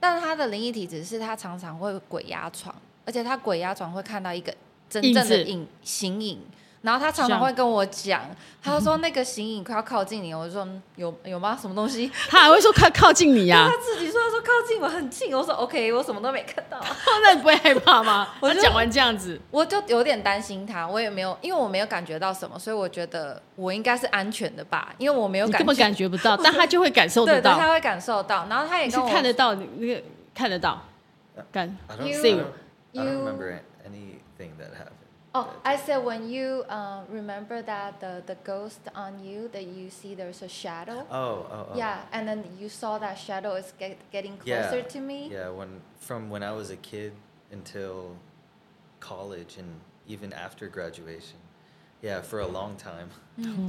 [SPEAKER 1] 但他的灵异体质是他常常会鬼压床，而且他鬼压床会看到一个真
[SPEAKER 2] 影
[SPEAKER 1] 正的
[SPEAKER 2] 子
[SPEAKER 1] 影形影。然后他常
[SPEAKER 2] 像
[SPEAKER 1] 常会跟我讲，他说那个形影快要靠近你，我就说嗯有有吗？什么东西？
[SPEAKER 2] 他还会说靠靠近你呀、
[SPEAKER 1] [LAUGHS] 他自己说他说靠近我很近，我说 OK，我什么都没看到， [LAUGHS]
[SPEAKER 2] 那你不会害怕吗？
[SPEAKER 1] 我
[SPEAKER 2] 他
[SPEAKER 1] 就
[SPEAKER 2] 讲完这样子，
[SPEAKER 1] 我就有点担心他，我也没有，因为我没有感觉到什么，所以我觉得我应该是安全的吧，因为我没有
[SPEAKER 2] 你
[SPEAKER 1] 感
[SPEAKER 2] 根本感觉不到，但他就会感受
[SPEAKER 1] 对
[SPEAKER 2] 得
[SPEAKER 1] 对，
[SPEAKER 2] 到，
[SPEAKER 1] 他会感受到，然后他也
[SPEAKER 2] 你是
[SPEAKER 1] 跟我
[SPEAKER 2] 看得到你那个看得到，感
[SPEAKER 3] I don't,
[SPEAKER 1] You-
[SPEAKER 3] I don't, I
[SPEAKER 1] you-
[SPEAKER 3] don't remember anything that happened.
[SPEAKER 1] 哦、i said when you uh, remember that the the ghost on you that you see there's a shadow.
[SPEAKER 3] Oh, oh, oh.
[SPEAKER 1] Yeah, and then you saw that shadow is get, getting
[SPEAKER 3] Yeah.
[SPEAKER 1] closer to me.
[SPEAKER 3] Yeah, when from when I was a kid until college and even after graduation. Yeah, for a long time.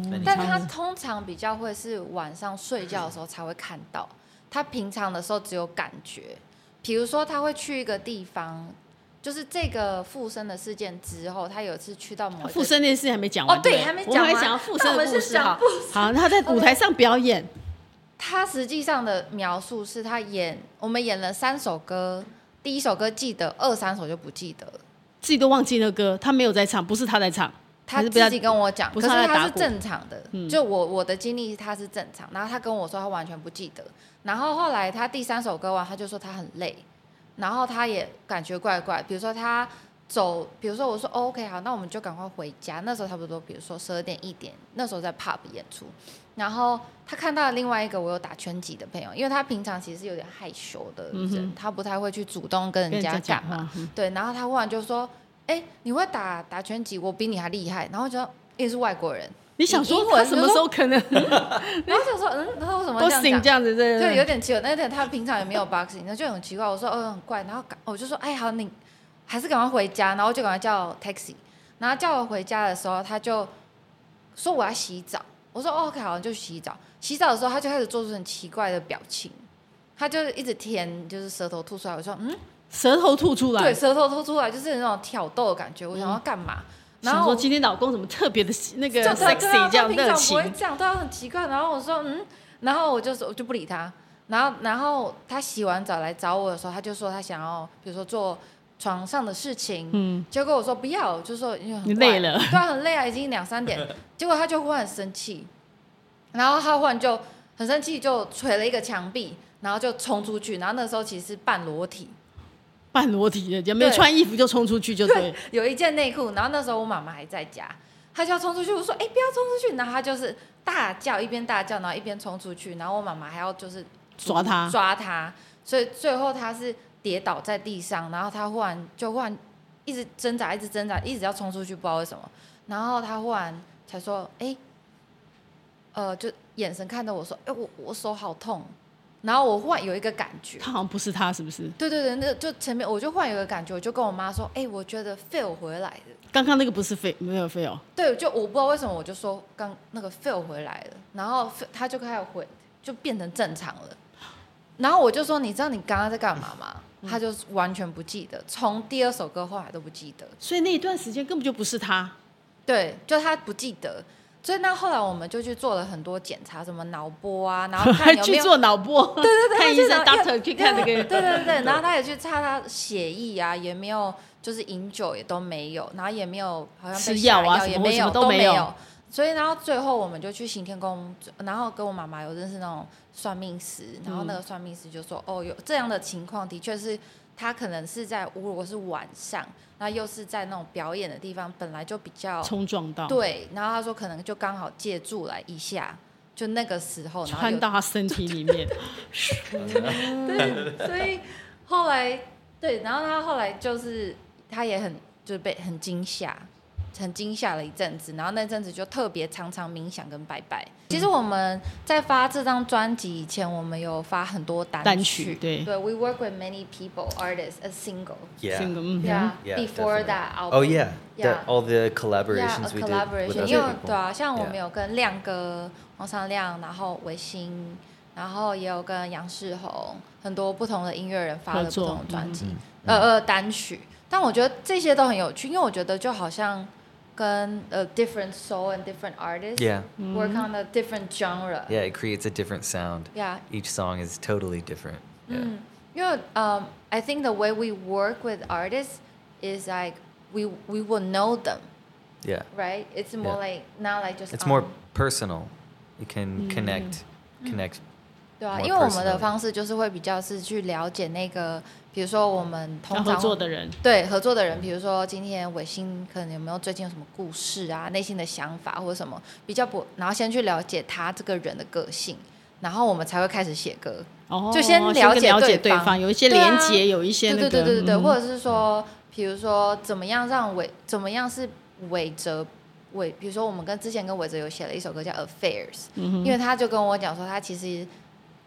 [SPEAKER 3] Many
[SPEAKER 1] 但他
[SPEAKER 3] times.
[SPEAKER 1] 通常比较会是晚上睡觉的时候才会看到，他平常的时候只有感觉。比如说，他会去一个地方，就是这个附身的事件之后，他有一次去到某一个
[SPEAKER 2] 附身那件事情还没讲完，
[SPEAKER 1] 哦对
[SPEAKER 2] 不
[SPEAKER 1] 还没
[SPEAKER 2] 我
[SPEAKER 1] 讲
[SPEAKER 2] 们还
[SPEAKER 1] 完
[SPEAKER 2] 讲到附身的
[SPEAKER 1] 那我
[SPEAKER 2] 故事
[SPEAKER 1] 们是讲
[SPEAKER 2] 哈
[SPEAKER 1] 附。身
[SPEAKER 2] 好，那他在舞台上表演，
[SPEAKER 1] 他实际上的描述是他演，我们演了三首歌，第一首歌记得，二三首就不记得了。
[SPEAKER 2] 自己都忘记那歌，他没有在唱，不是他在唱，
[SPEAKER 1] 他
[SPEAKER 2] 还是
[SPEAKER 1] 自
[SPEAKER 2] 不要
[SPEAKER 1] 己跟我讲，
[SPEAKER 2] 不
[SPEAKER 1] 可
[SPEAKER 2] 是
[SPEAKER 1] 是
[SPEAKER 2] 他在打
[SPEAKER 1] 他是
[SPEAKER 2] 鼓嗯
[SPEAKER 1] 正常的，就我我的经历他是正常，然后他跟我说他完全不记得，然后后来他第三首歌完，他就说他很累，然后他也感觉怪怪，比如说他走，比如说我说、哦、OK 好，那我们就赶快回家，那时候差不多，比如说十二点一点，那时候在 pub 演出，然后他看到了另外一个我有打拳击的朋友，因为他平常其实有点害羞的人，他不太会去主动
[SPEAKER 2] 嗯
[SPEAKER 1] 跟
[SPEAKER 2] 跟
[SPEAKER 1] 人
[SPEAKER 2] 人
[SPEAKER 1] 家
[SPEAKER 2] 家讲
[SPEAKER 1] 干
[SPEAKER 2] 话
[SPEAKER 1] 嘛，
[SPEAKER 2] 嗯
[SPEAKER 1] 对，然后他忽然就说。哎、你会打打拳击，我比你还厉害。然后我觉得也是外国人，
[SPEAKER 2] 你想说
[SPEAKER 1] 英
[SPEAKER 2] 他
[SPEAKER 1] 文
[SPEAKER 2] 什么时候可能
[SPEAKER 1] 然后我想说，嗯，他为什么
[SPEAKER 2] 都
[SPEAKER 1] 这
[SPEAKER 2] 醒
[SPEAKER 1] 样
[SPEAKER 2] 这 [LAUGHS]
[SPEAKER 1] 讲？
[SPEAKER 2] 样子？对
[SPEAKER 1] 对，有
[SPEAKER 2] 对
[SPEAKER 1] 点奇怪。那点他平常也没有 boxing，那就很奇怪。我说，哦，很怪。然后赶我就说，哎，好，你还是赶快回家。然后我就赶快叫 taxi。然后叫我回家的时候，他就说我要洗澡。我说、哦、OK，好，就洗澡。洗澡的时候，他就开始做出很奇怪的表情，他就一直舔，就是舌头吐出来。我说，嗯，
[SPEAKER 2] 舌头吐出来
[SPEAKER 1] 对，，舌头吐出来就是那种挑逗的感觉。我想要干嘛？
[SPEAKER 2] 嗯
[SPEAKER 1] 然
[SPEAKER 2] 想
[SPEAKER 1] 后
[SPEAKER 2] 说
[SPEAKER 1] 我
[SPEAKER 2] 今天老公怎么特别的喜那个
[SPEAKER 1] 就他对啊
[SPEAKER 2] sexy 这样
[SPEAKER 1] 他平
[SPEAKER 2] 热
[SPEAKER 1] 常
[SPEAKER 2] 情
[SPEAKER 1] 不会，这样，对啊，很奇怪。然后我说嗯，然后我就说我就不理他。然后然后他洗完澡来找我的时候，他就说他想要比如说做床上的事情，
[SPEAKER 2] 嗯，
[SPEAKER 1] 结果我说不要，我就说因为很
[SPEAKER 2] 你
[SPEAKER 1] 晚
[SPEAKER 2] 累了
[SPEAKER 1] [LAUGHS] 对啊，很累啊，已经两
[SPEAKER 2] [LAUGHS]
[SPEAKER 1] 三点。结果他就忽然生气，然后他忽然就很生气，就捶了一个墙壁，然后就冲出去。然后那时候其实是半裸体，
[SPEAKER 2] 半裸体的，也没有
[SPEAKER 1] 对
[SPEAKER 2] 穿衣服就冲出去就对了。
[SPEAKER 1] 有一件内裤，然后那时候我妈妈还在家，她就要冲出去，我说：“哎、不要冲出去！”然后她就是大叫，一边大叫，然后一边冲出去，然后我妈妈还要就是
[SPEAKER 2] 抓她
[SPEAKER 1] 抓她，所以最后她是跌倒在地上，然后她忽然就忽然一直挣扎，一直挣扎，一直要冲出去，不知道为什么，然后她忽然才说：“哎、呃，就眼神看着我说，哎、我我手好痛。”然后我忽然有一个感觉，
[SPEAKER 2] 他好像不是他，是不是？
[SPEAKER 1] 对对对，那就前面我就忽然有个感觉，我就跟我妈说，哎、我觉得 feel 回来了。
[SPEAKER 2] 刚刚那个不是废，没有废哦。
[SPEAKER 1] 对，就我不知道为什么，我就说刚那个 fail 回来了，然后 Phil- 他就开始回，就变成正常了。然后我就说，你知道你刚刚在干嘛吗？
[SPEAKER 2] 嗯
[SPEAKER 1] 他就完全不记得，从第二首歌后来都不记得。
[SPEAKER 2] 所以那一段时间根本就不是他，
[SPEAKER 1] 对，就他不记得，所以那后来我们就去做了很多检查，什么脑波啊，
[SPEAKER 2] [LAUGHS]
[SPEAKER 1] 然后看
[SPEAKER 2] 还
[SPEAKER 1] 有没
[SPEAKER 2] 去
[SPEAKER 1] 有
[SPEAKER 2] 做脑波，对对 [LAUGHS]
[SPEAKER 1] 对
[SPEAKER 2] 看
[SPEAKER 1] 他
[SPEAKER 2] 医
[SPEAKER 1] 去
[SPEAKER 2] 生
[SPEAKER 1] 找 [LAUGHS]
[SPEAKER 2] doctor 去看那
[SPEAKER 1] 对
[SPEAKER 2] 个。
[SPEAKER 1] 对对对，然后他也去查他血液啊，也没有，就是饮酒也都没有，然后也没有好像被
[SPEAKER 2] 吃药啊
[SPEAKER 1] 下
[SPEAKER 2] 什么
[SPEAKER 1] 也
[SPEAKER 2] 或
[SPEAKER 1] 没
[SPEAKER 2] 什
[SPEAKER 1] 有
[SPEAKER 2] 么都
[SPEAKER 1] 都
[SPEAKER 2] 没
[SPEAKER 1] 没
[SPEAKER 2] 有
[SPEAKER 1] 有。所以，然后最后我们就去行天宫，然后跟我妈妈有认识那种算命师，然后那
[SPEAKER 2] 嗯
[SPEAKER 1] 个算命师就说，哦，有这样的情况，的确是他可能是在如果是晚上，那又是在那种表演的地方，本来就比较
[SPEAKER 2] 冲撞到，
[SPEAKER 1] 对，然后他说可能就刚好借助来一下，就那个时候，然后有
[SPEAKER 2] 穿到他身体里面，
[SPEAKER 1] 对，所以后来对，然后他后来就是他也很就是被很惊吓，很惊吓了一阵子，然后那阵子就特别常常冥想跟拜拜。其实我们在发这张专辑以前，我们有发很多单曲，
[SPEAKER 2] 单曲对
[SPEAKER 1] 对，We work with many people, artists, a single.
[SPEAKER 3] Yeah.
[SPEAKER 2] 整个嗯
[SPEAKER 1] [LAUGHS] Yeah,
[SPEAKER 3] Yeah,
[SPEAKER 1] before
[SPEAKER 3] definitely.
[SPEAKER 1] that album.
[SPEAKER 3] Oh yeah,
[SPEAKER 1] Yeah.
[SPEAKER 3] That, all the
[SPEAKER 1] Yeah,
[SPEAKER 3] collaborations
[SPEAKER 1] a
[SPEAKER 3] we did with
[SPEAKER 1] collaboration，
[SPEAKER 3] other
[SPEAKER 1] 因为
[SPEAKER 3] people.
[SPEAKER 1] 对啊，像我们
[SPEAKER 3] Yeah.
[SPEAKER 1] 有跟亮哥、黄尚亮，然后维新，然后也有跟杨世宏，很多不同的音乐人发了
[SPEAKER 2] 合
[SPEAKER 1] 不
[SPEAKER 2] 作
[SPEAKER 1] 同的专辑，呃呃单曲。但我觉得这些都很有趣，因为我觉得就好像跟呃 different soul and different artists
[SPEAKER 3] Yeah.
[SPEAKER 1] work on a different genre。
[SPEAKER 3] Yeah, it creates a different sound.
[SPEAKER 1] Yeah.
[SPEAKER 3] Each song is totally different.
[SPEAKER 1] Mm.
[SPEAKER 3] Yeah.
[SPEAKER 1] 因为嗯、i think the way we work with artists is like we we will know them,
[SPEAKER 3] Yeah.
[SPEAKER 1] right? It's more
[SPEAKER 3] Yeah.
[SPEAKER 1] like not like just
[SPEAKER 3] It's
[SPEAKER 1] on-
[SPEAKER 3] more personal. You can
[SPEAKER 1] Mm.
[SPEAKER 3] connect, connect.
[SPEAKER 1] 对啊，
[SPEAKER 3] more
[SPEAKER 1] 因为我们的
[SPEAKER 3] personally
[SPEAKER 1] 方式就是会比较是去了解那个，比如说我们通
[SPEAKER 2] 要
[SPEAKER 1] 常
[SPEAKER 2] 合作的人，
[SPEAKER 1] 对合作的人，比如说今天伟星可能有没有最近有什么故事啊，内心的想法或者什么比较不，然后先去了解他这个人的个性，然后我们才会开始写歌。
[SPEAKER 2] 哦，
[SPEAKER 1] 就先了
[SPEAKER 2] 先
[SPEAKER 1] 解
[SPEAKER 2] 了解
[SPEAKER 1] 对
[SPEAKER 2] 方，
[SPEAKER 1] 方
[SPEAKER 2] 有一些
[SPEAKER 1] 对啊
[SPEAKER 2] 连接，有一些那个，
[SPEAKER 1] 对对对对对，
[SPEAKER 2] 嗯
[SPEAKER 1] 或者是说，比如说怎么样让伟，怎么样是伟哲伟，比如说我们跟之前跟伟哲有写了一首歌叫《Affairs》，因为
[SPEAKER 2] 嗯
[SPEAKER 1] 他就跟我讲说，他其实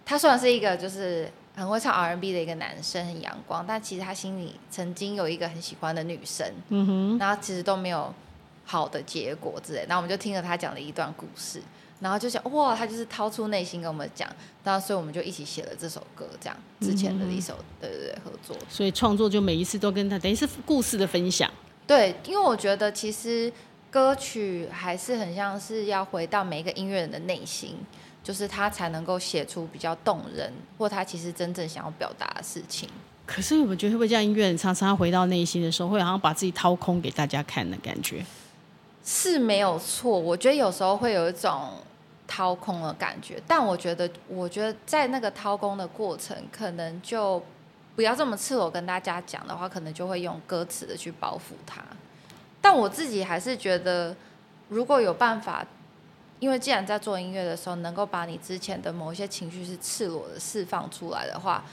[SPEAKER 1] 他虽然是一个就是很会唱 R&B 的一个男生，很阳光，但其实他心里曾经有一个很喜欢的女生，
[SPEAKER 2] 嗯哼，
[SPEAKER 1] 然后其实都没有好的结果之类。然后我们就听了他讲了一段故事，然后就想哇，他就是掏出内心跟我们讲，然后所以我们就一起写了这首歌，这样之前的一首、对对对合作。
[SPEAKER 2] 所以创作就每一次都跟他，等于是故事的分享，
[SPEAKER 1] 对，因为我觉得其实歌曲还是很像是要回到每一个音乐人的内心，就是他才能够写出比较动人，或他其实真正想要表达的事情。
[SPEAKER 2] 可是我们觉得会不会这样音乐人常常回到内心的时候，会好像把自己掏空给大家看的感觉？
[SPEAKER 1] 是没有错，我觉得有时候会有一种掏空的感觉，但我觉得，我觉得在那个掏空的过程，可能就不要这么赤裸跟大家讲的话，可能就会用歌词的去包覆它。但我自己还是觉得，如果有办法，因为既然在做音乐的时候，能够把你之前的某一些情绪是赤裸的释放出来的话，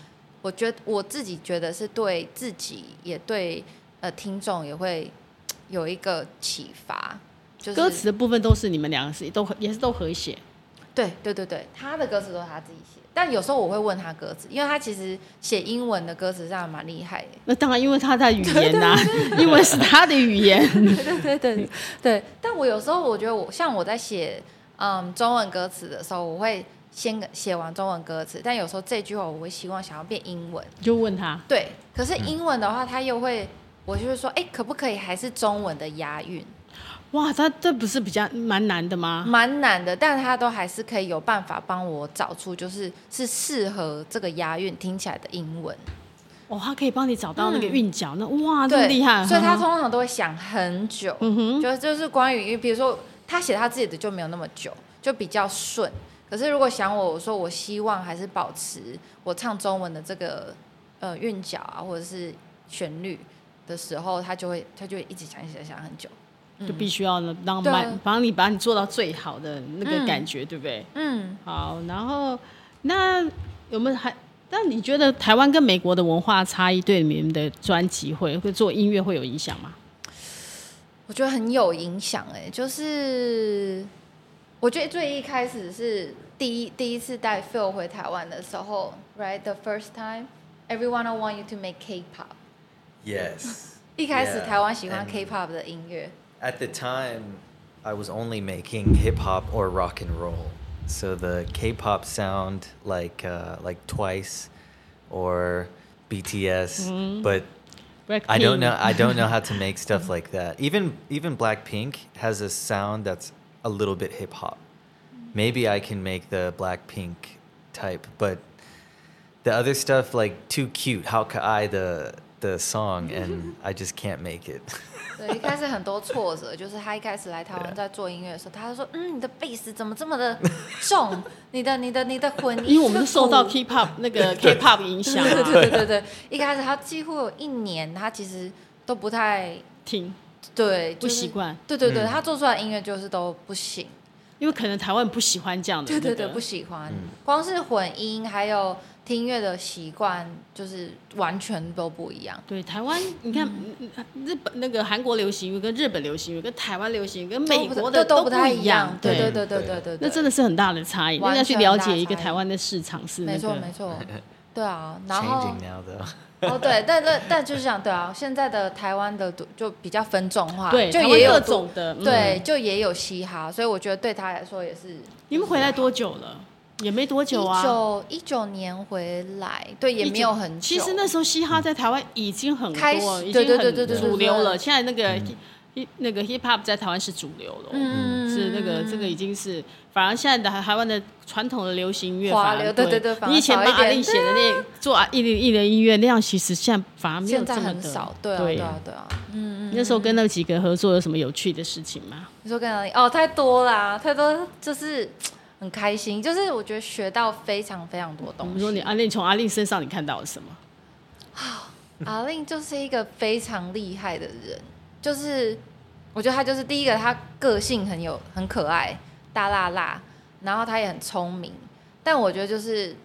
[SPEAKER 1] 我觉得我自己觉得是对自己也对呃听众也会有一个启发。就是、
[SPEAKER 2] 歌词的部分都是你们两个是都也是都和谐，
[SPEAKER 1] 对对对对，他的歌词都是他自己写，但有时候我会问他歌词，因为他其实写英文的歌词上还蛮厉害的。
[SPEAKER 2] 那当然因为他的语言呐、因为是他的语言，
[SPEAKER 1] [LAUGHS] 对对对对，但我有时候我觉得我像我在写嗯中文歌词的时候，我会先写完中文歌词，但有时候这句话我会希望想要变英文。
[SPEAKER 2] 就问他，
[SPEAKER 1] 对，可是英文的话，他又会，我就会说，哎，可不可以还是中文的押韵？
[SPEAKER 2] 哇，他这不是比较蛮难的吗？
[SPEAKER 1] 蛮难的，但他都还是可以有办法帮我找出，就是是适合这个押韵听起来的英文。
[SPEAKER 2] 哦，他可以帮你找到那个韵脚，那哇，哦这么
[SPEAKER 1] 嗯对，
[SPEAKER 2] 厉害，嗯
[SPEAKER 1] 所以他
[SPEAKER 2] 哈哈
[SPEAKER 1] 通常都会想很久，就就是关于，比如说他写他自己的就没有那么久，就比较顺。可是如果想我，我说我希望还是保持我唱中文的这个呃韵脚啊，或者是旋律的时候，他就会他就会一直想想想很久。
[SPEAKER 2] 就必须要让
[SPEAKER 1] 嗯对啊
[SPEAKER 2] 满帮你把你做到最好的那个感觉，对不对？
[SPEAKER 1] 嗯，
[SPEAKER 2] 好，然后那我们还，那你觉得台湾跟美国的文化差异对你们的专辑会会做音乐会有影响吗？
[SPEAKER 1] 我觉得很有影响哎、就是我觉得最一开始是第一第一次带 Phil 回台湾的时候，right the first time everyone I want you to make K-pop。
[SPEAKER 3] Yes.
[SPEAKER 1] [LAUGHS] 一开始
[SPEAKER 3] Yeah，
[SPEAKER 1] 台湾喜欢
[SPEAKER 3] and-
[SPEAKER 1] K-pop 的音乐，
[SPEAKER 3] At the time, I was only making hip hop or rock and roll. So the K-pop sound like uh, like Twice or BTS,
[SPEAKER 1] Mm.
[SPEAKER 3] but I
[SPEAKER 2] Blackpink.
[SPEAKER 3] don't know I
[SPEAKER 1] [LAUGHS]
[SPEAKER 3] don't know how to make stuff like that. Even even Blackpink has a sound that's a little bit hip hop. Maybe I can make the Blackpink type, but the other stuff like too cute, how could I the the song
[SPEAKER 1] [LAUGHS]
[SPEAKER 3] and I just can't make it.
[SPEAKER 1] 对，一开始很多挫折，就是他一开始来台
[SPEAKER 3] Yeah
[SPEAKER 1] 湾在做音乐的时候，他就说，嗯，你的贝斯怎么这么的重？你的、你的、你的混音，
[SPEAKER 2] 因为我们
[SPEAKER 1] 这个
[SPEAKER 2] 是受到
[SPEAKER 1] 鼓
[SPEAKER 2] K-pop 那
[SPEAKER 3] [LAUGHS]
[SPEAKER 2] 个 K-pop 影响
[SPEAKER 1] 对对对
[SPEAKER 2] 啊，
[SPEAKER 1] 对对，一开始他几乎有一年，他其实都不太
[SPEAKER 2] 听
[SPEAKER 1] 对，就是
[SPEAKER 2] 不习惯
[SPEAKER 1] 对对对，
[SPEAKER 3] 嗯
[SPEAKER 1] 他做出来的音乐就是都不行，
[SPEAKER 2] 因为可能台湾不喜欢这样的
[SPEAKER 1] 对
[SPEAKER 2] 那个，
[SPEAKER 1] 对对，不喜欢。光是混音还有听音乐的习惯，就是完全都不一样。
[SPEAKER 2] 对台湾，你看嗯日本那个韩国流行乐跟日本流行乐跟台湾流行乐跟
[SPEAKER 1] 都
[SPEAKER 2] 美
[SPEAKER 1] 不太
[SPEAKER 2] 国的
[SPEAKER 1] 都
[SPEAKER 2] 不
[SPEAKER 1] 不太
[SPEAKER 2] 一
[SPEAKER 1] 样，对
[SPEAKER 2] 对
[SPEAKER 1] 对对对对对，
[SPEAKER 2] 那真
[SPEAKER 1] 的
[SPEAKER 2] 的是很大的差异，那
[SPEAKER 1] 完
[SPEAKER 2] 要去
[SPEAKER 1] 全
[SPEAKER 2] 了
[SPEAKER 1] 大
[SPEAKER 2] 解一个
[SPEAKER 1] 差异
[SPEAKER 2] 台湾的市场是那
[SPEAKER 1] 没错
[SPEAKER 2] 个
[SPEAKER 1] 没
[SPEAKER 2] [LAUGHS]
[SPEAKER 1] 错，对啊，然后
[SPEAKER 3] Changing now though.
[SPEAKER 1] 哦对，但但但就是讲对啊，现在的台湾的独就比较分众化，
[SPEAKER 2] 对，
[SPEAKER 1] 就
[SPEAKER 2] 台湾
[SPEAKER 1] 也有
[SPEAKER 2] 各
[SPEAKER 1] 独
[SPEAKER 2] 种的。嗯，
[SPEAKER 1] 对，就也有嘻哈，所以我觉得对他来说也是。
[SPEAKER 2] 你们回来多久了？也没多
[SPEAKER 1] 一
[SPEAKER 2] 久啊，
[SPEAKER 1] 九一九年回来，对，也没有很久。
[SPEAKER 2] 其实那时候嘻哈在台湾已经很多
[SPEAKER 1] 开始
[SPEAKER 2] 了，已
[SPEAKER 1] 对
[SPEAKER 2] 经
[SPEAKER 1] 对对对
[SPEAKER 2] 很
[SPEAKER 1] 对对
[SPEAKER 2] 主流了。
[SPEAKER 1] 对
[SPEAKER 2] 现在那个 hip 那个 hip hop 在台湾是主流了，
[SPEAKER 1] 嗯
[SPEAKER 2] 是那个这个已经是，反而现在的台台湾的传统的流行乐
[SPEAKER 1] 华
[SPEAKER 2] 反而
[SPEAKER 1] 流对对对反而
[SPEAKER 2] 你以前
[SPEAKER 1] 少一
[SPEAKER 2] 帮阿
[SPEAKER 1] 点
[SPEAKER 2] 丽写的那做阿一零一零音乐那样，其实现在反而没有
[SPEAKER 1] 现
[SPEAKER 2] 这
[SPEAKER 1] 在
[SPEAKER 2] 么
[SPEAKER 1] 很
[SPEAKER 2] 的
[SPEAKER 1] 少，对啊，对啊，对啊。
[SPEAKER 2] 那时候跟那几个合作有什么有趣的事情吗？
[SPEAKER 1] 你说跟哪里？哦，太多啦，太多，就是很开心，就是我觉得学到非常非常多
[SPEAKER 2] 我
[SPEAKER 1] 东
[SPEAKER 2] 们说你
[SPEAKER 1] 西。
[SPEAKER 2] 阿丽从阿丽身上你看到了什么？
[SPEAKER 1] 阿令就是一个非常厉害的人，就是我觉得他就是第一个，他个性很有很可爱，大辣辣，然后他也很聪明，但我觉得就是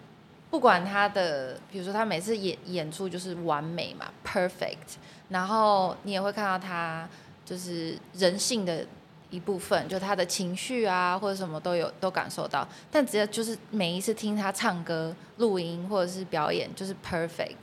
[SPEAKER 1] 不管他的，比如说他每次演演出就是完美嘛，perfect，然后你也会看到他就是人性的一部分，就他的情绪啊或者什么都有都感受到，但只要就是每一次听他唱歌、录音或者是表演，就是 perfect，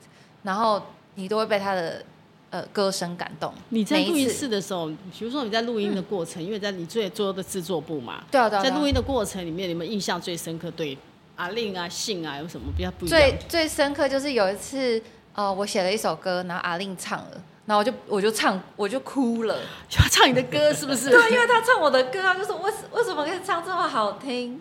[SPEAKER 1] 然后你都会被他的呃歌声感动。
[SPEAKER 2] 你在
[SPEAKER 1] 每一
[SPEAKER 2] 录音
[SPEAKER 1] 次
[SPEAKER 2] 室的时候，比如说你在录音的过程，因为在你最做的制作部嘛，
[SPEAKER 1] 嗯对啊对啊，
[SPEAKER 2] 在
[SPEAKER 1] 对啊
[SPEAKER 2] 录音的过程里面，你们印象最深刻对阿令啊、信啊有什么比较不一样 [LAUGHS]
[SPEAKER 1] 最
[SPEAKER 2] 的？
[SPEAKER 1] 最深刻就是有一次，呃，我写了一首歌，然后阿令唱了，然后我就我就唱我就哭了，
[SPEAKER 2] 要唱你的歌是不是？
[SPEAKER 1] [LAUGHS] 对，因为他唱我的歌，他就说为什为什么可以唱这么好听？哦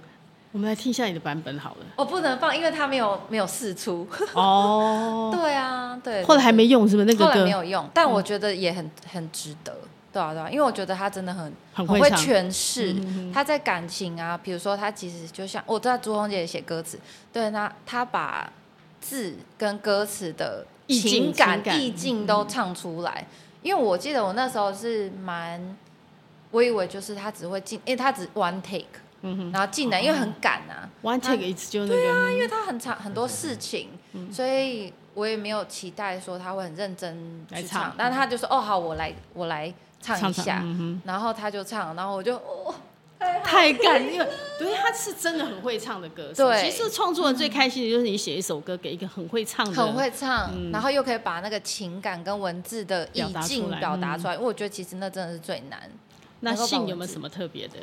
[SPEAKER 2] 我们来听一下你的版本好
[SPEAKER 1] [LAUGHS]
[SPEAKER 2] 了。
[SPEAKER 1] 我不能放，因为他没有没有试出。
[SPEAKER 2] 哦，
[SPEAKER 1] 对啊，对。
[SPEAKER 2] 后来还没用是不是？那
[SPEAKER 1] 后
[SPEAKER 2] 个
[SPEAKER 1] 来没
[SPEAKER 2] 歌嗯
[SPEAKER 1] 有用，但我觉得也很很值得。对啊，对啊，因为我觉得他真的很
[SPEAKER 2] 很会
[SPEAKER 1] 会
[SPEAKER 2] 唱嗯
[SPEAKER 1] 诠释，他在感情啊，比如说他其实就像我知道朱红姐写歌词，对，那他把字跟歌词的
[SPEAKER 2] 意境
[SPEAKER 1] 情
[SPEAKER 2] 情感嗯
[SPEAKER 1] 意境都唱出来。因为我记得我那时候是蛮，我以为就是他只会进，因为他只 one take，、然后进来，因为很赶啊，
[SPEAKER 2] 嗯哦 One Take 一次就那个，嗯
[SPEAKER 1] 因为他很长很多事情，所以我也没有期待说他会很认真
[SPEAKER 2] 来
[SPEAKER 1] 去
[SPEAKER 2] 唱
[SPEAKER 1] 唱，但他就说哦好，我来我来唱
[SPEAKER 2] 唱
[SPEAKER 1] 一
[SPEAKER 2] 唱
[SPEAKER 1] 下，
[SPEAKER 2] 嗯哼
[SPEAKER 1] 然后他就唱，然后我就哦
[SPEAKER 2] 太感人，对，他是真的很会唱的歌手。
[SPEAKER 1] 对嗯
[SPEAKER 2] 其实创作人最开心的就是你写一首歌给一个很会唱的，
[SPEAKER 1] 很会唱，
[SPEAKER 2] 嗯
[SPEAKER 1] 然后又可以把那个情感跟文字的意
[SPEAKER 2] 表达出
[SPEAKER 1] 境
[SPEAKER 2] 来嗯
[SPEAKER 1] 表达出来，因为我觉得其实那真的是最难。
[SPEAKER 2] 那
[SPEAKER 1] 能够把
[SPEAKER 2] 信
[SPEAKER 1] 文
[SPEAKER 2] 有没有
[SPEAKER 1] 字
[SPEAKER 2] 什么特别的？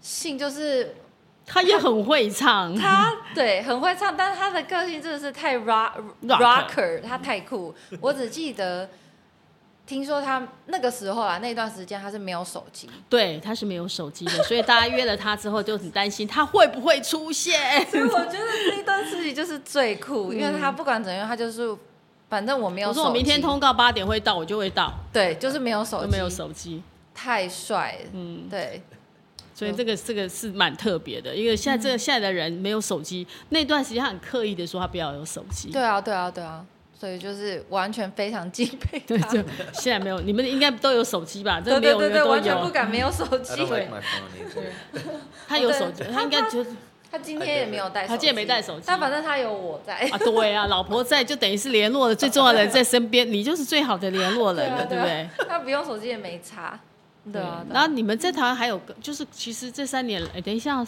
[SPEAKER 1] 信就是
[SPEAKER 2] [LAUGHS] 他也很会唱，
[SPEAKER 1] 他对很会唱，但是他的个性真的是太 rock
[SPEAKER 2] Rocker
[SPEAKER 1] rocker，他太酷。我只记得听说他那个时候啊，那段时间他是没有手机，
[SPEAKER 2] [LAUGHS] 对，他是没有手机的，所以大家约了他之后就很担心他会不会出现。
[SPEAKER 1] 所以我觉得
[SPEAKER 2] [LAUGHS]
[SPEAKER 1] 这一段事情就是最酷，因为他不管怎样，他就是反正 [LAUGHS] 我没有
[SPEAKER 2] 我
[SPEAKER 1] 手机。
[SPEAKER 2] 说我明天通告八点会到，我就会到，
[SPEAKER 1] 对，就是没有手
[SPEAKER 2] 都
[SPEAKER 1] 机，
[SPEAKER 2] 没有手机，
[SPEAKER 1] 太帅，嗯，对，
[SPEAKER 2] 所
[SPEAKER 1] 嗯
[SPEAKER 2] 以这个这个是蛮特别的，因为现在这个现在的人没有手机，那段时间他很刻意的说他不要有手机。
[SPEAKER 1] 对啊，对啊，对啊，所以就是完全非常敬佩
[SPEAKER 2] 对，
[SPEAKER 1] 他。
[SPEAKER 2] 就现在没有，你们应该都有手机吧？这没
[SPEAKER 1] 对 [LAUGHS] 对
[SPEAKER 2] 有
[SPEAKER 1] 对
[SPEAKER 2] 人
[SPEAKER 1] 对，
[SPEAKER 2] 都
[SPEAKER 1] 完全不
[SPEAKER 2] 有，
[SPEAKER 1] 敢没有手
[SPEAKER 3] I
[SPEAKER 1] 机
[SPEAKER 3] don't。like my phone either.
[SPEAKER 2] 他有手机，他应该觉得
[SPEAKER 1] [LAUGHS] 他今天也没有带手机，
[SPEAKER 2] 他今天没带手机
[SPEAKER 1] 但反正他有我在。
[SPEAKER 2] 啊，对啊，老婆在就等于是联络的最重要的人在身边，你就是最好的联络人了，对不啊对？
[SPEAKER 1] 不对？啊他不用手机也没差，对啊。对啊
[SPEAKER 2] 然后你们在台湾还有个，就是其实这三年，哎，等一下，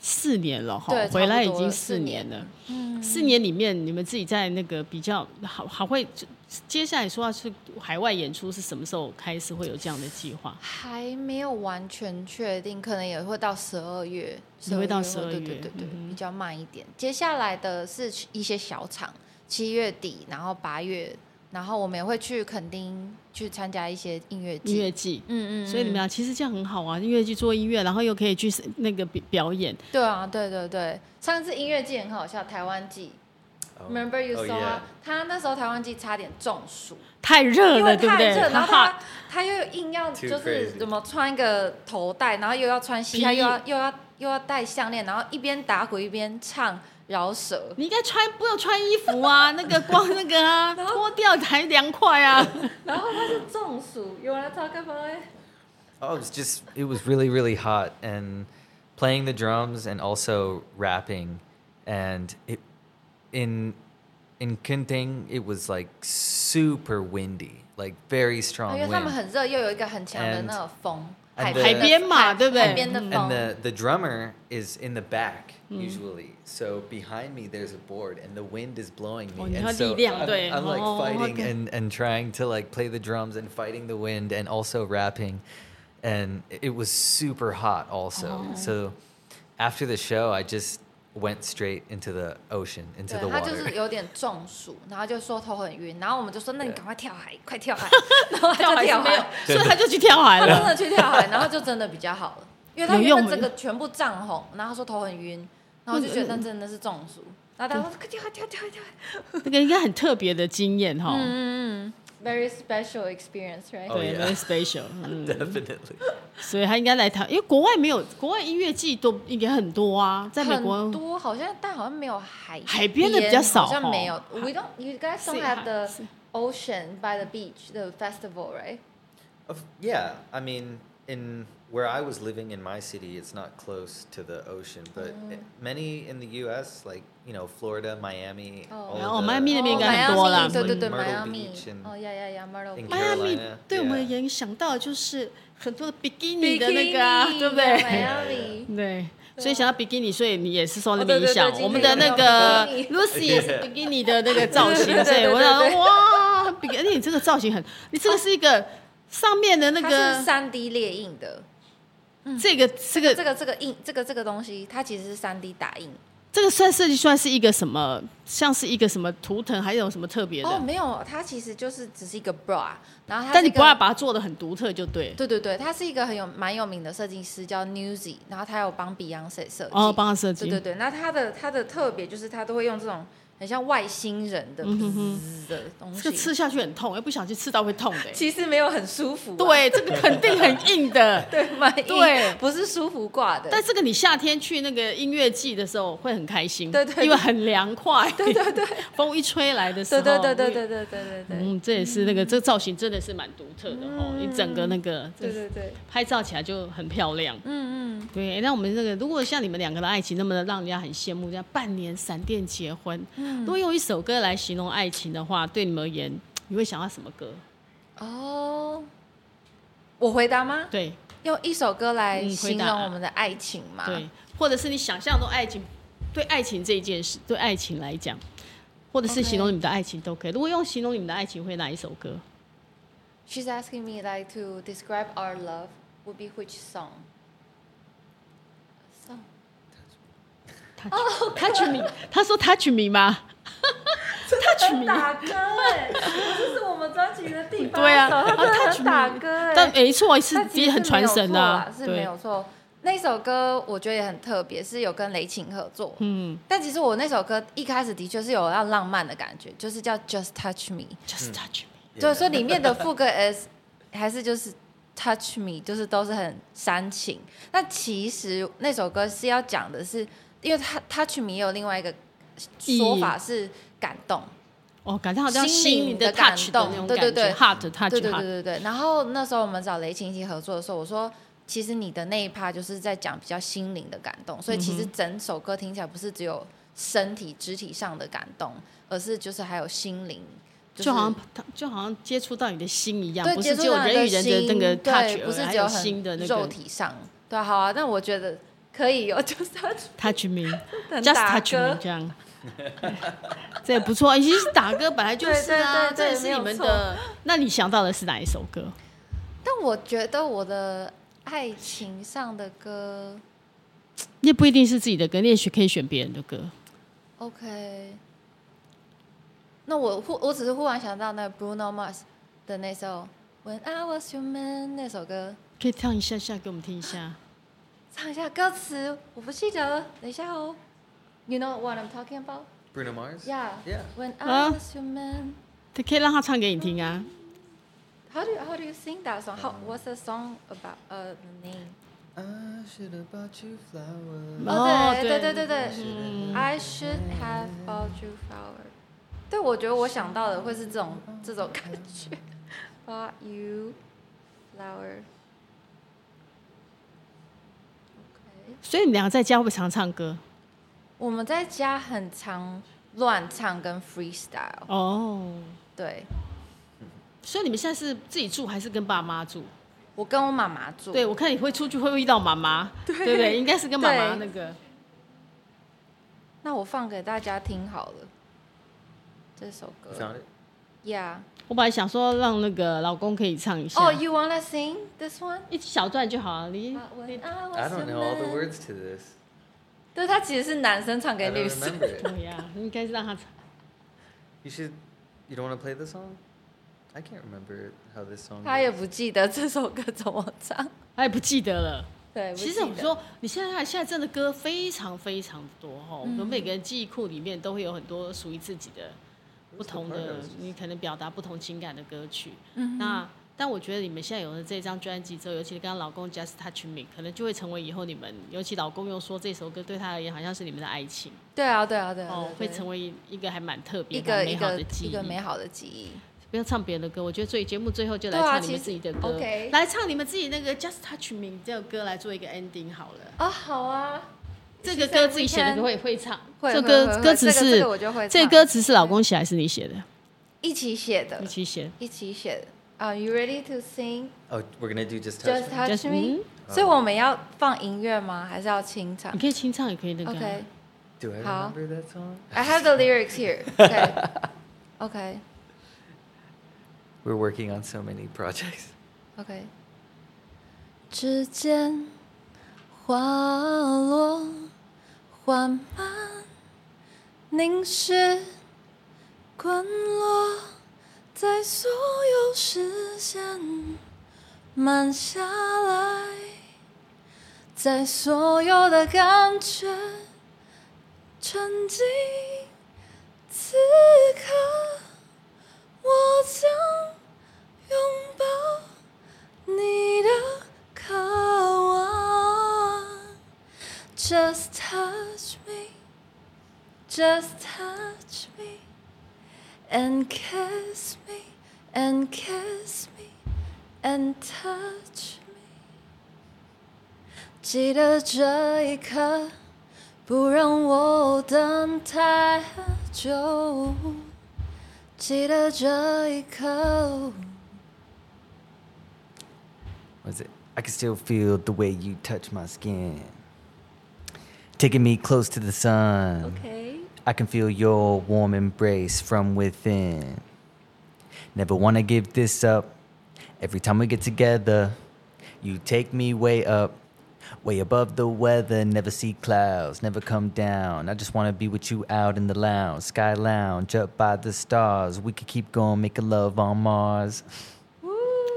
[SPEAKER 2] 四年了哈
[SPEAKER 1] 对，
[SPEAKER 2] 回来已
[SPEAKER 1] 差不多
[SPEAKER 2] 经
[SPEAKER 1] 了
[SPEAKER 2] 四
[SPEAKER 1] 四
[SPEAKER 2] 年
[SPEAKER 1] 年嗯
[SPEAKER 2] 了。四年里面，你们自己在那个比较好好会，接下来说要去海外演出是什么时候开始会有这样的计划？
[SPEAKER 1] 还没有完全确定，可能也会到十二月，
[SPEAKER 2] 你会到
[SPEAKER 1] 12
[SPEAKER 2] 12
[SPEAKER 1] 对
[SPEAKER 2] 月嗯
[SPEAKER 1] 对对对，比较慢一点。接下来的是一些小场，七月底，然后八月，然后我们也会去垦丁去参加一些音乐
[SPEAKER 2] 音
[SPEAKER 1] 季，
[SPEAKER 2] 乐季，
[SPEAKER 1] 嗯嗯，
[SPEAKER 2] 所以你们
[SPEAKER 1] 嗯
[SPEAKER 2] 俩其实这样很好啊，音乐剧做音乐，然后又可以去那个表表演。
[SPEAKER 1] 对啊，对对对，上次音乐季很好笑，台湾季。Remember you
[SPEAKER 3] oh,
[SPEAKER 1] saw 啊
[SPEAKER 3] yeah.，
[SPEAKER 1] 他那时候台湾季差点中暑，
[SPEAKER 2] 太热
[SPEAKER 1] [LAUGHS] 因
[SPEAKER 2] 了，
[SPEAKER 1] 为
[SPEAKER 2] 对不
[SPEAKER 1] 太
[SPEAKER 2] 对？
[SPEAKER 1] 热，然
[SPEAKER 2] 哈
[SPEAKER 1] 后
[SPEAKER 2] 哈
[SPEAKER 1] 他他又硬要
[SPEAKER 3] Too
[SPEAKER 1] 就是
[SPEAKER 3] crazy
[SPEAKER 1] 怎么穿一个头带，然后又要穿
[SPEAKER 2] 皮
[SPEAKER 1] 膝带，
[SPEAKER 2] 衣
[SPEAKER 1] 又要又要又要戴项链，然后一边打鼓一边唱饶舌，
[SPEAKER 2] 你应该穿，不要穿衣服啊，那个光那个
[SPEAKER 1] [LAUGHS]
[SPEAKER 2] 啊，
[SPEAKER 1] 然后
[SPEAKER 2] 脱掉才凉快啊。
[SPEAKER 1] 然后他是中暑，有人超干嘛？
[SPEAKER 3] Oh, it was just it was really really hot and playing the drums and also rapping and it in in Kunting it was like super windy, like very
[SPEAKER 1] 因
[SPEAKER 3] strong
[SPEAKER 1] 为他们
[SPEAKER 3] wind.
[SPEAKER 1] 很热，又有一个很强的
[SPEAKER 3] And-
[SPEAKER 1] 那个风，
[SPEAKER 3] and
[SPEAKER 1] 海
[SPEAKER 3] the-
[SPEAKER 1] 的
[SPEAKER 3] 海
[SPEAKER 2] 边嘛
[SPEAKER 1] 海
[SPEAKER 2] 对不对
[SPEAKER 1] 海边的
[SPEAKER 3] And
[SPEAKER 1] 风，
[SPEAKER 3] the the drummer is in the back usually. So behind me there's a board and the wind is blowing
[SPEAKER 2] Oh,
[SPEAKER 3] me.
[SPEAKER 2] you
[SPEAKER 3] and
[SPEAKER 2] had
[SPEAKER 3] so
[SPEAKER 2] the idea,
[SPEAKER 3] I'm,
[SPEAKER 2] 对。
[SPEAKER 3] I'm like
[SPEAKER 2] Oh,
[SPEAKER 3] fighting
[SPEAKER 2] okay.
[SPEAKER 3] and, and trying to like play the drums and fighting the wind and also rapping. And it was super hot also. So after the show I just went straight into the ocean, into
[SPEAKER 1] 对
[SPEAKER 3] the
[SPEAKER 1] 他
[SPEAKER 3] [LAUGHS]
[SPEAKER 1] 就是
[SPEAKER 3] water.
[SPEAKER 1] 有点中暑，然后就说头很晕，然后我们就说那你
[SPEAKER 3] 对
[SPEAKER 1] 赶快跳海，快跳 [LAUGHS] 海，然后他就跳
[SPEAKER 2] 没有
[SPEAKER 1] 海。，
[SPEAKER 2] 所以他就去跳海
[SPEAKER 1] 他真
[SPEAKER 2] [LAUGHS] 了。
[SPEAKER 1] 的去跳海，然后就真的比较好了，因为他
[SPEAKER 2] 有
[SPEAKER 1] 原
[SPEAKER 2] 用
[SPEAKER 1] 本整个全部涨红，然后他说头很晕，然后就觉得那真的是中暑。然后他说快跳跳跳跳
[SPEAKER 2] 那个应该很特别的经验哈。
[SPEAKER 1] 嗯，very special experience, right？
[SPEAKER 3] Oh,
[SPEAKER 2] 对
[SPEAKER 3] yeah.
[SPEAKER 2] ，very special。嗯，
[SPEAKER 3] Definitely.
[SPEAKER 2] 所以他应该来台，因为国外没有，国外音乐季都应该很多啊，在美
[SPEAKER 1] 很
[SPEAKER 2] 国。
[SPEAKER 1] 多好像，但好像没有海
[SPEAKER 2] 海边的比较少
[SPEAKER 1] 好像没有
[SPEAKER 2] 哦。
[SPEAKER 1] We don't, you guys don't
[SPEAKER 2] See,
[SPEAKER 1] have
[SPEAKER 2] 海
[SPEAKER 1] the
[SPEAKER 2] 是
[SPEAKER 1] ocean by the beach, the festival, right?
[SPEAKER 3] Of, yeah, I mean, in where I was living in my city, it's not close to the ocean, but
[SPEAKER 1] Oh.
[SPEAKER 3] it- many in the U.S., like you know, Florida, Miami,
[SPEAKER 1] Oh.
[SPEAKER 3] all
[SPEAKER 2] Oh,
[SPEAKER 3] of the,
[SPEAKER 2] Miami 那边应该很多啦
[SPEAKER 1] Miami，对对对
[SPEAKER 3] Myrtle
[SPEAKER 1] ，Miami Oh,
[SPEAKER 3] Beach。and-
[SPEAKER 1] 哦呀呀呀，Myrtle
[SPEAKER 3] in
[SPEAKER 1] Beach。
[SPEAKER 2] 迈阿密
[SPEAKER 3] Carolina，
[SPEAKER 2] 对我
[SPEAKER 3] yeah
[SPEAKER 2] 们也想到的就是很多的比基尼的那个啊，
[SPEAKER 1] Bikini，
[SPEAKER 2] 对不对？
[SPEAKER 1] ？Miami。
[SPEAKER 2] 对，所以想到比基尼，所以你也是受那
[SPEAKER 1] 哦对
[SPEAKER 2] 个
[SPEAKER 1] 对
[SPEAKER 2] 影响。
[SPEAKER 1] 对
[SPEAKER 2] 我们的那个 Lucy [LAUGHS] 也是比基尼的那个造
[SPEAKER 1] [LAUGHS]
[SPEAKER 2] 型，所以我想
[SPEAKER 1] 对对对对
[SPEAKER 2] 说哇，比基尼你这个造型很，你这个是一个上面的那
[SPEAKER 1] 它是
[SPEAKER 2] 个
[SPEAKER 1] 三 D 列印的，
[SPEAKER 2] 这个这个
[SPEAKER 1] 这个这个印这个这个东西，它其实是三 D 打印。
[SPEAKER 2] 这个算是算是一个什么，像是一个什么图腾，还有什么特别
[SPEAKER 1] 哦，
[SPEAKER 2] 的？
[SPEAKER 1] 没有，它其实就是只是一个 bra，然后它
[SPEAKER 2] 但你
[SPEAKER 1] 是一
[SPEAKER 2] 不
[SPEAKER 1] 个
[SPEAKER 2] 要把它做的很独特就对。
[SPEAKER 1] 对对对，他是一个很有蛮有名的设计师，叫 Newsy，然后他有帮 Beyonce 设计，
[SPEAKER 2] 哦，帮他设计
[SPEAKER 1] 对。对对，那他的他的特别就是他都会用这种很像外星人的、滋的东
[SPEAKER 2] 嗯这个
[SPEAKER 1] 西，
[SPEAKER 2] 刺下去很痛，又不小心刺到会痛的、
[SPEAKER 1] [LAUGHS] 其实没有很舒服啊、
[SPEAKER 2] 对，这个肯定很硬的。
[SPEAKER 1] 对蛮
[SPEAKER 2] [LAUGHS]
[SPEAKER 1] 硬
[SPEAKER 2] 对
[SPEAKER 1] 不是舒服挂的，
[SPEAKER 2] 但这个你夏天去那个音乐季的时候会很开心，
[SPEAKER 1] 对对对
[SPEAKER 2] 因为很凉快，对对对， [LAUGHS] 风一吹来的时候，
[SPEAKER 1] 对对对对对对对对对
[SPEAKER 2] 哦嗯，这也是那个这个造型真的是蛮独特的哦，一整个那个
[SPEAKER 1] 嗯对对对，
[SPEAKER 2] 拍照起来就很漂亮，
[SPEAKER 1] 嗯嗯，
[SPEAKER 2] 对。那我们这个如果像你们两个的爱情那么的让人家很羡慕，这样半年闪电结婚，
[SPEAKER 1] 嗯
[SPEAKER 2] 如果用一首歌来形容爱情的话，对你们而言，你会想要什么歌？嗯
[SPEAKER 1] 哦，我回答吗？
[SPEAKER 2] 对
[SPEAKER 1] 用一首歌来
[SPEAKER 2] 嗯回
[SPEAKER 1] 形
[SPEAKER 2] 答
[SPEAKER 1] 容我们的爱情嘛？
[SPEAKER 2] 对，或者是你想象中爱情，对爱情这一件事，对爱情来讲，或者是
[SPEAKER 1] OK
[SPEAKER 2] 形容你们的爱情都可以。如果用形容你们的爱情，会哪一首歌？
[SPEAKER 1] She's asking me like to describe our love would be which song? Song.
[SPEAKER 2] 他
[SPEAKER 1] 哦
[SPEAKER 2] touch me，他说 touch me
[SPEAKER 1] [LAUGHS]
[SPEAKER 2] 吗？touch me，
[SPEAKER 1] 打歌哎、这是我们专辑的地方。
[SPEAKER 2] 对啊
[SPEAKER 1] 他真的很打歌哎、
[SPEAKER 2] 但没错，是
[SPEAKER 1] 他其
[SPEAKER 2] 也
[SPEAKER 1] 实
[SPEAKER 2] 很传神的、啊，
[SPEAKER 1] 是没
[SPEAKER 2] 对
[SPEAKER 1] 有错。那首歌我觉得也很特别，是有跟雷晴合作。嗯，但其实我那首歌一开始的确是有要浪漫的感觉，就是叫 Just Touch Me，
[SPEAKER 2] ，just touch me，
[SPEAKER 1] 就是说里面的副歌 S 还是就是 Touch Me，就是都是很煽情。那其实那首歌是要讲的是，因为它 Touch Me 也有另外一个说法是感动，
[SPEAKER 2] 哦，感觉好像
[SPEAKER 1] 心灵
[SPEAKER 2] 心灵的
[SPEAKER 1] 的感
[SPEAKER 2] touch 的那
[SPEAKER 1] 动
[SPEAKER 2] 种
[SPEAKER 1] 对
[SPEAKER 2] 感
[SPEAKER 1] 对
[SPEAKER 2] 觉
[SPEAKER 1] 对
[SPEAKER 2] ，heart touch
[SPEAKER 1] 对对对
[SPEAKER 2] heart，
[SPEAKER 1] 对对。然后那时候我们找雷晴一起合作的时候，我说。其实你的那一趴就是在讲比较心灵的感动，所以
[SPEAKER 2] 嗯
[SPEAKER 1] 其实整首歌听起来不是只有身体肢体上的感动，而是就是还有心灵，是
[SPEAKER 2] 就好像就好像接触到你的心一样，
[SPEAKER 1] 对，
[SPEAKER 2] 不是
[SPEAKER 1] 接触
[SPEAKER 2] 只有
[SPEAKER 1] 到
[SPEAKER 2] 人与
[SPEAKER 1] 你的
[SPEAKER 2] 人的那
[SPEAKER 1] 心
[SPEAKER 2] 个
[SPEAKER 1] 对
[SPEAKER 2] touch，
[SPEAKER 1] 不是
[SPEAKER 2] 而
[SPEAKER 1] 只
[SPEAKER 2] 有
[SPEAKER 1] 很
[SPEAKER 2] 心的那
[SPEAKER 1] 肉
[SPEAKER 2] 个
[SPEAKER 1] 体上。对啊，好啊，但我觉得可以有， [LAUGHS] 就是他
[SPEAKER 2] touch
[SPEAKER 1] [LAUGHS] 很
[SPEAKER 2] me，just
[SPEAKER 1] 打
[SPEAKER 2] touch me
[SPEAKER 1] 歌
[SPEAKER 2] 这样。 [LAUGHS] 这也不错，其实打歌本来就是啊，
[SPEAKER 1] 对对对
[SPEAKER 2] 这也
[SPEAKER 1] 对
[SPEAKER 2] 是你
[SPEAKER 1] 没有
[SPEAKER 2] 们
[SPEAKER 1] 错
[SPEAKER 2] 的。那你想到的是哪一首歌？
[SPEAKER 1] 但我觉得我的爱情上的歌
[SPEAKER 2] 你也不一定是自己的歌，你也许可以选别人的歌。
[SPEAKER 1] ，OK。那我忽我只是忽然想到那个 Bruno Mars 的那首《When I Was Your Man》那首歌，
[SPEAKER 2] 可以唱一下下给我们听一下。
[SPEAKER 1] 唱一下歌词，我不记得了，等一下哦。You know what I'm talking about?
[SPEAKER 3] Bruno Mars?
[SPEAKER 1] Yeah.
[SPEAKER 3] Yeah.
[SPEAKER 1] When I
[SPEAKER 2] 啊
[SPEAKER 1] was your man.
[SPEAKER 2] 他可以让他唱给你听啊。
[SPEAKER 1] How do you, how do you sing that song?
[SPEAKER 3] Um.
[SPEAKER 1] How what's the song about? Uh, the name.
[SPEAKER 3] I should have bought you flowers.
[SPEAKER 1] 哦，对
[SPEAKER 2] 对
[SPEAKER 1] 对对对对，I 嗯 should have bought you flower。对，我觉得我想到的会是这种这种感觉，bought [LAUGHS] you flower。OK，
[SPEAKER 2] 所以你们两个在家会不会常唱歌？
[SPEAKER 1] 我们在家很常乱唱跟 freestyle，
[SPEAKER 2] 哦，
[SPEAKER 1] 对
[SPEAKER 2] 所以你们现在是自己住还是跟爸妈住？
[SPEAKER 1] 我跟我妈妈住，
[SPEAKER 2] 对，我看你会出去会遇到妈
[SPEAKER 1] [LAUGHS]
[SPEAKER 2] 妈，对不对？应该是跟妈妈那
[SPEAKER 1] 对
[SPEAKER 2] 个。
[SPEAKER 1] 那我放给大家听好了，这首
[SPEAKER 3] You found
[SPEAKER 1] 歌
[SPEAKER 3] it?
[SPEAKER 1] ，Yeah，
[SPEAKER 2] 我本来想说让那个老公可以唱一下，
[SPEAKER 1] 哦、y 啊 o u wanna sing this one？
[SPEAKER 2] 一小段就好了。你 [LAUGHS]
[SPEAKER 1] But when I was
[SPEAKER 3] I don't
[SPEAKER 1] a
[SPEAKER 3] know all the
[SPEAKER 1] man
[SPEAKER 3] words to this.
[SPEAKER 1] 对，他其实是男生唱
[SPEAKER 3] I
[SPEAKER 1] 给
[SPEAKER 3] don't
[SPEAKER 1] 女生
[SPEAKER 3] remember。it.
[SPEAKER 2] 对呀，应该是让他唱。
[SPEAKER 3] You should. You don't want to play the song? I can't remember how this song.
[SPEAKER 1] [LAUGHS] 他也
[SPEAKER 3] goes.
[SPEAKER 1] 不记得这首歌怎么唱。 [LAUGHS]
[SPEAKER 2] 他也不记得了。
[SPEAKER 1] 对，
[SPEAKER 2] 其实我说，你现在看，现在真的歌非常非常多哈、我们每个
[SPEAKER 1] 嗯
[SPEAKER 2] 人记忆库里面都会有很多属于自己的不同
[SPEAKER 3] part I
[SPEAKER 2] 的
[SPEAKER 3] was just-，
[SPEAKER 2] 你可能表达不同情感的歌曲。
[SPEAKER 1] 嗯
[SPEAKER 2] 那但我觉得你们现在有了这张专辑之后，尤其是刚刚老公 Just Touch Me，可能就会成为以后你们，尤其老公又说这首歌对他而言好像是你们的爱情
[SPEAKER 1] 对啊，对啊，对啊，
[SPEAKER 2] 哦，
[SPEAKER 1] 对
[SPEAKER 2] 会
[SPEAKER 1] 对
[SPEAKER 2] 成为一个还蛮特别、
[SPEAKER 1] 一个
[SPEAKER 2] 蛮
[SPEAKER 1] 一
[SPEAKER 2] 美好
[SPEAKER 1] 个
[SPEAKER 2] 的记忆。
[SPEAKER 1] 一个美好的记忆。
[SPEAKER 2] 不要唱别人的歌，我觉得最节目最后就来
[SPEAKER 1] 对啊
[SPEAKER 2] 唱你
[SPEAKER 1] 其
[SPEAKER 2] 们
[SPEAKER 1] 实
[SPEAKER 2] 自己的歌，
[SPEAKER 1] OK
[SPEAKER 2] 来唱你们自己那个 Just Touch Me 这首歌来做一个 ending 哦好了。
[SPEAKER 1] 啊，好啊，
[SPEAKER 2] 这个歌自己写的歌
[SPEAKER 1] Weekend
[SPEAKER 2] 会会唱，
[SPEAKER 1] 会
[SPEAKER 2] 这
[SPEAKER 1] 会
[SPEAKER 2] 歌
[SPEAKER 1] 会会
[SPEAKER 2] 歌词
[SPEAKER 1] 这个这
[SPEAKER 2] 是
[SPEAKER 1] 个我就会唱呃
[SPEAKER 2] 这歌词是老公写还是你写的？
[SPEAKER 1] 一起写的
[SPEAKER 2] 一，起写。
[SPEAKER 1] 一起写的。啊、y o u ready to sing?
[SPEAKER 3] Oh, we're gonna do just
[SPEAKER 1] Just
[SPEAKER 3] touch. Me? Uh.
[SPEAKER 1] touch
[SPEAKER 2] Just-
[SPEAKER 1] me. 所以我们要放音乐吗？还是要清唱
[SPEAKER 2] 你可以清唱，也可以那个啊。
[SPEAKER 1] ？OK,
[SPEAKER 3] do I
[SPEAKER 1] How?
[SPEAKER 3] remember that song?
[SPEAKER 1] I have the lyrics
[SPEAKER 3] [LAUGHS]
[SPEAKER 1] here. OK,
[SPEAKER 2] [LAUGHS]
[SPEAKER 1] OK,
[SPEAKER 3] We're working on so many projects.
[SPEAKER 1] OK. 指尖滑落，缓慢凝视，滚落在所有视线慢下来，在所有的感觉沉浸。此刻，我将拥抱你的渴望。Just touch me, just touch me, and kiss me, and kiss me, and touch me. 记得这一刻，不让我等太久。记得这一刻。
[SPEAKER 3] Was it? I can still feel the way you touch my skin, taking me close to the sun.
[SPEAKER 1] OK，
[SPEAKER 3] I can feel your warm embrace from within. Never wanna give this up. Every time we get together, you take me way up, way above the weather. Never see clouds, never come down. I just wanna be with you out in the lounge, sky lounge, up by the stars. We could keep going, making love on Mars.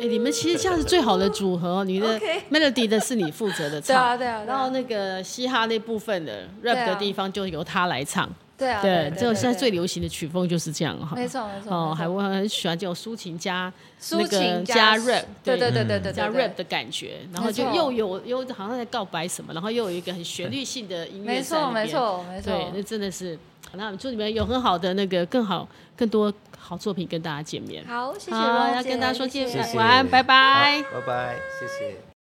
[SPEAKER 2] 哎，你们其实这样是最好的组合
[SPEAKER 1] [LAUGHS]
[SPEAKER 2] 哦。你的
[SPEAKER 1] OK
[SPEAKER 2] melody 的是你负责
[SPEAKER 1] [LAUGHS]
[SPEAKER 2] 的唱，
[SPEAKER 1] 对啊对啊对啊
[SPEAKER 2] 然后那个嘻哈那部分的 rap
[SPEAKER 1] 啊
[SPEAKER 2] 的地方就由他来唱。
[SPEAKER 1] 对啊，
[SPEAKER 2] 对，这种
[SPEAKER 1] 对
[SPEAKER 2] 现在
[SPEAKER 1] 对
[SPEAKER 2] 最流行的曲风就是这样哈。
[SPEAKER 1] 没错没错没
[SPEAKER 2] 哦
[SPEAKER 1] 错，
[SPEAKER 2] 还我很喜欢这种抒情加
[SPEAKER 1] 抒
[SPEAKER 2] 那
[SPEAKER 1] 情
[SPEAKER 2] 个加 rap，嗯
[SPEAKER 1] 对对对对对，
[SPEAKER 2] 加
[SPEAKER 1] 对对
[SPEAKER 2] rap 的感觉，然后
[SPEAKER 1] 没
[SPEAKER 2] 就
[SPEAKER 1] 错
[SPEAKER 2] 又有又好像在告白什么，然后又有一个很旋律性的音乐在
[SPEAKER 1] 没
[SPEAKER 2] 那
[SPEAKER 1] 错
[SPEAKER 2] 边
[SPEAKER 1] 没，错没错
[SPEAKER 2] 对，，那真的是，那祝你们有很好的那个更好更多好作品跟大家见面。
[SPEAKER 1] 好，谢谢
[SPEAKER 2] 好，
[SPEAKER 1] 荣
[SPEAKER 2] 要
[SPEAKER 1] 姐
[SPEAKER 2] 跟大家说见
[SPEAKER 1] 谢谢
[SPEAKER 3] 谢谢
[SPEAKER 2] 晚安，拜拜。
[SPEAKER 3] Bye bye.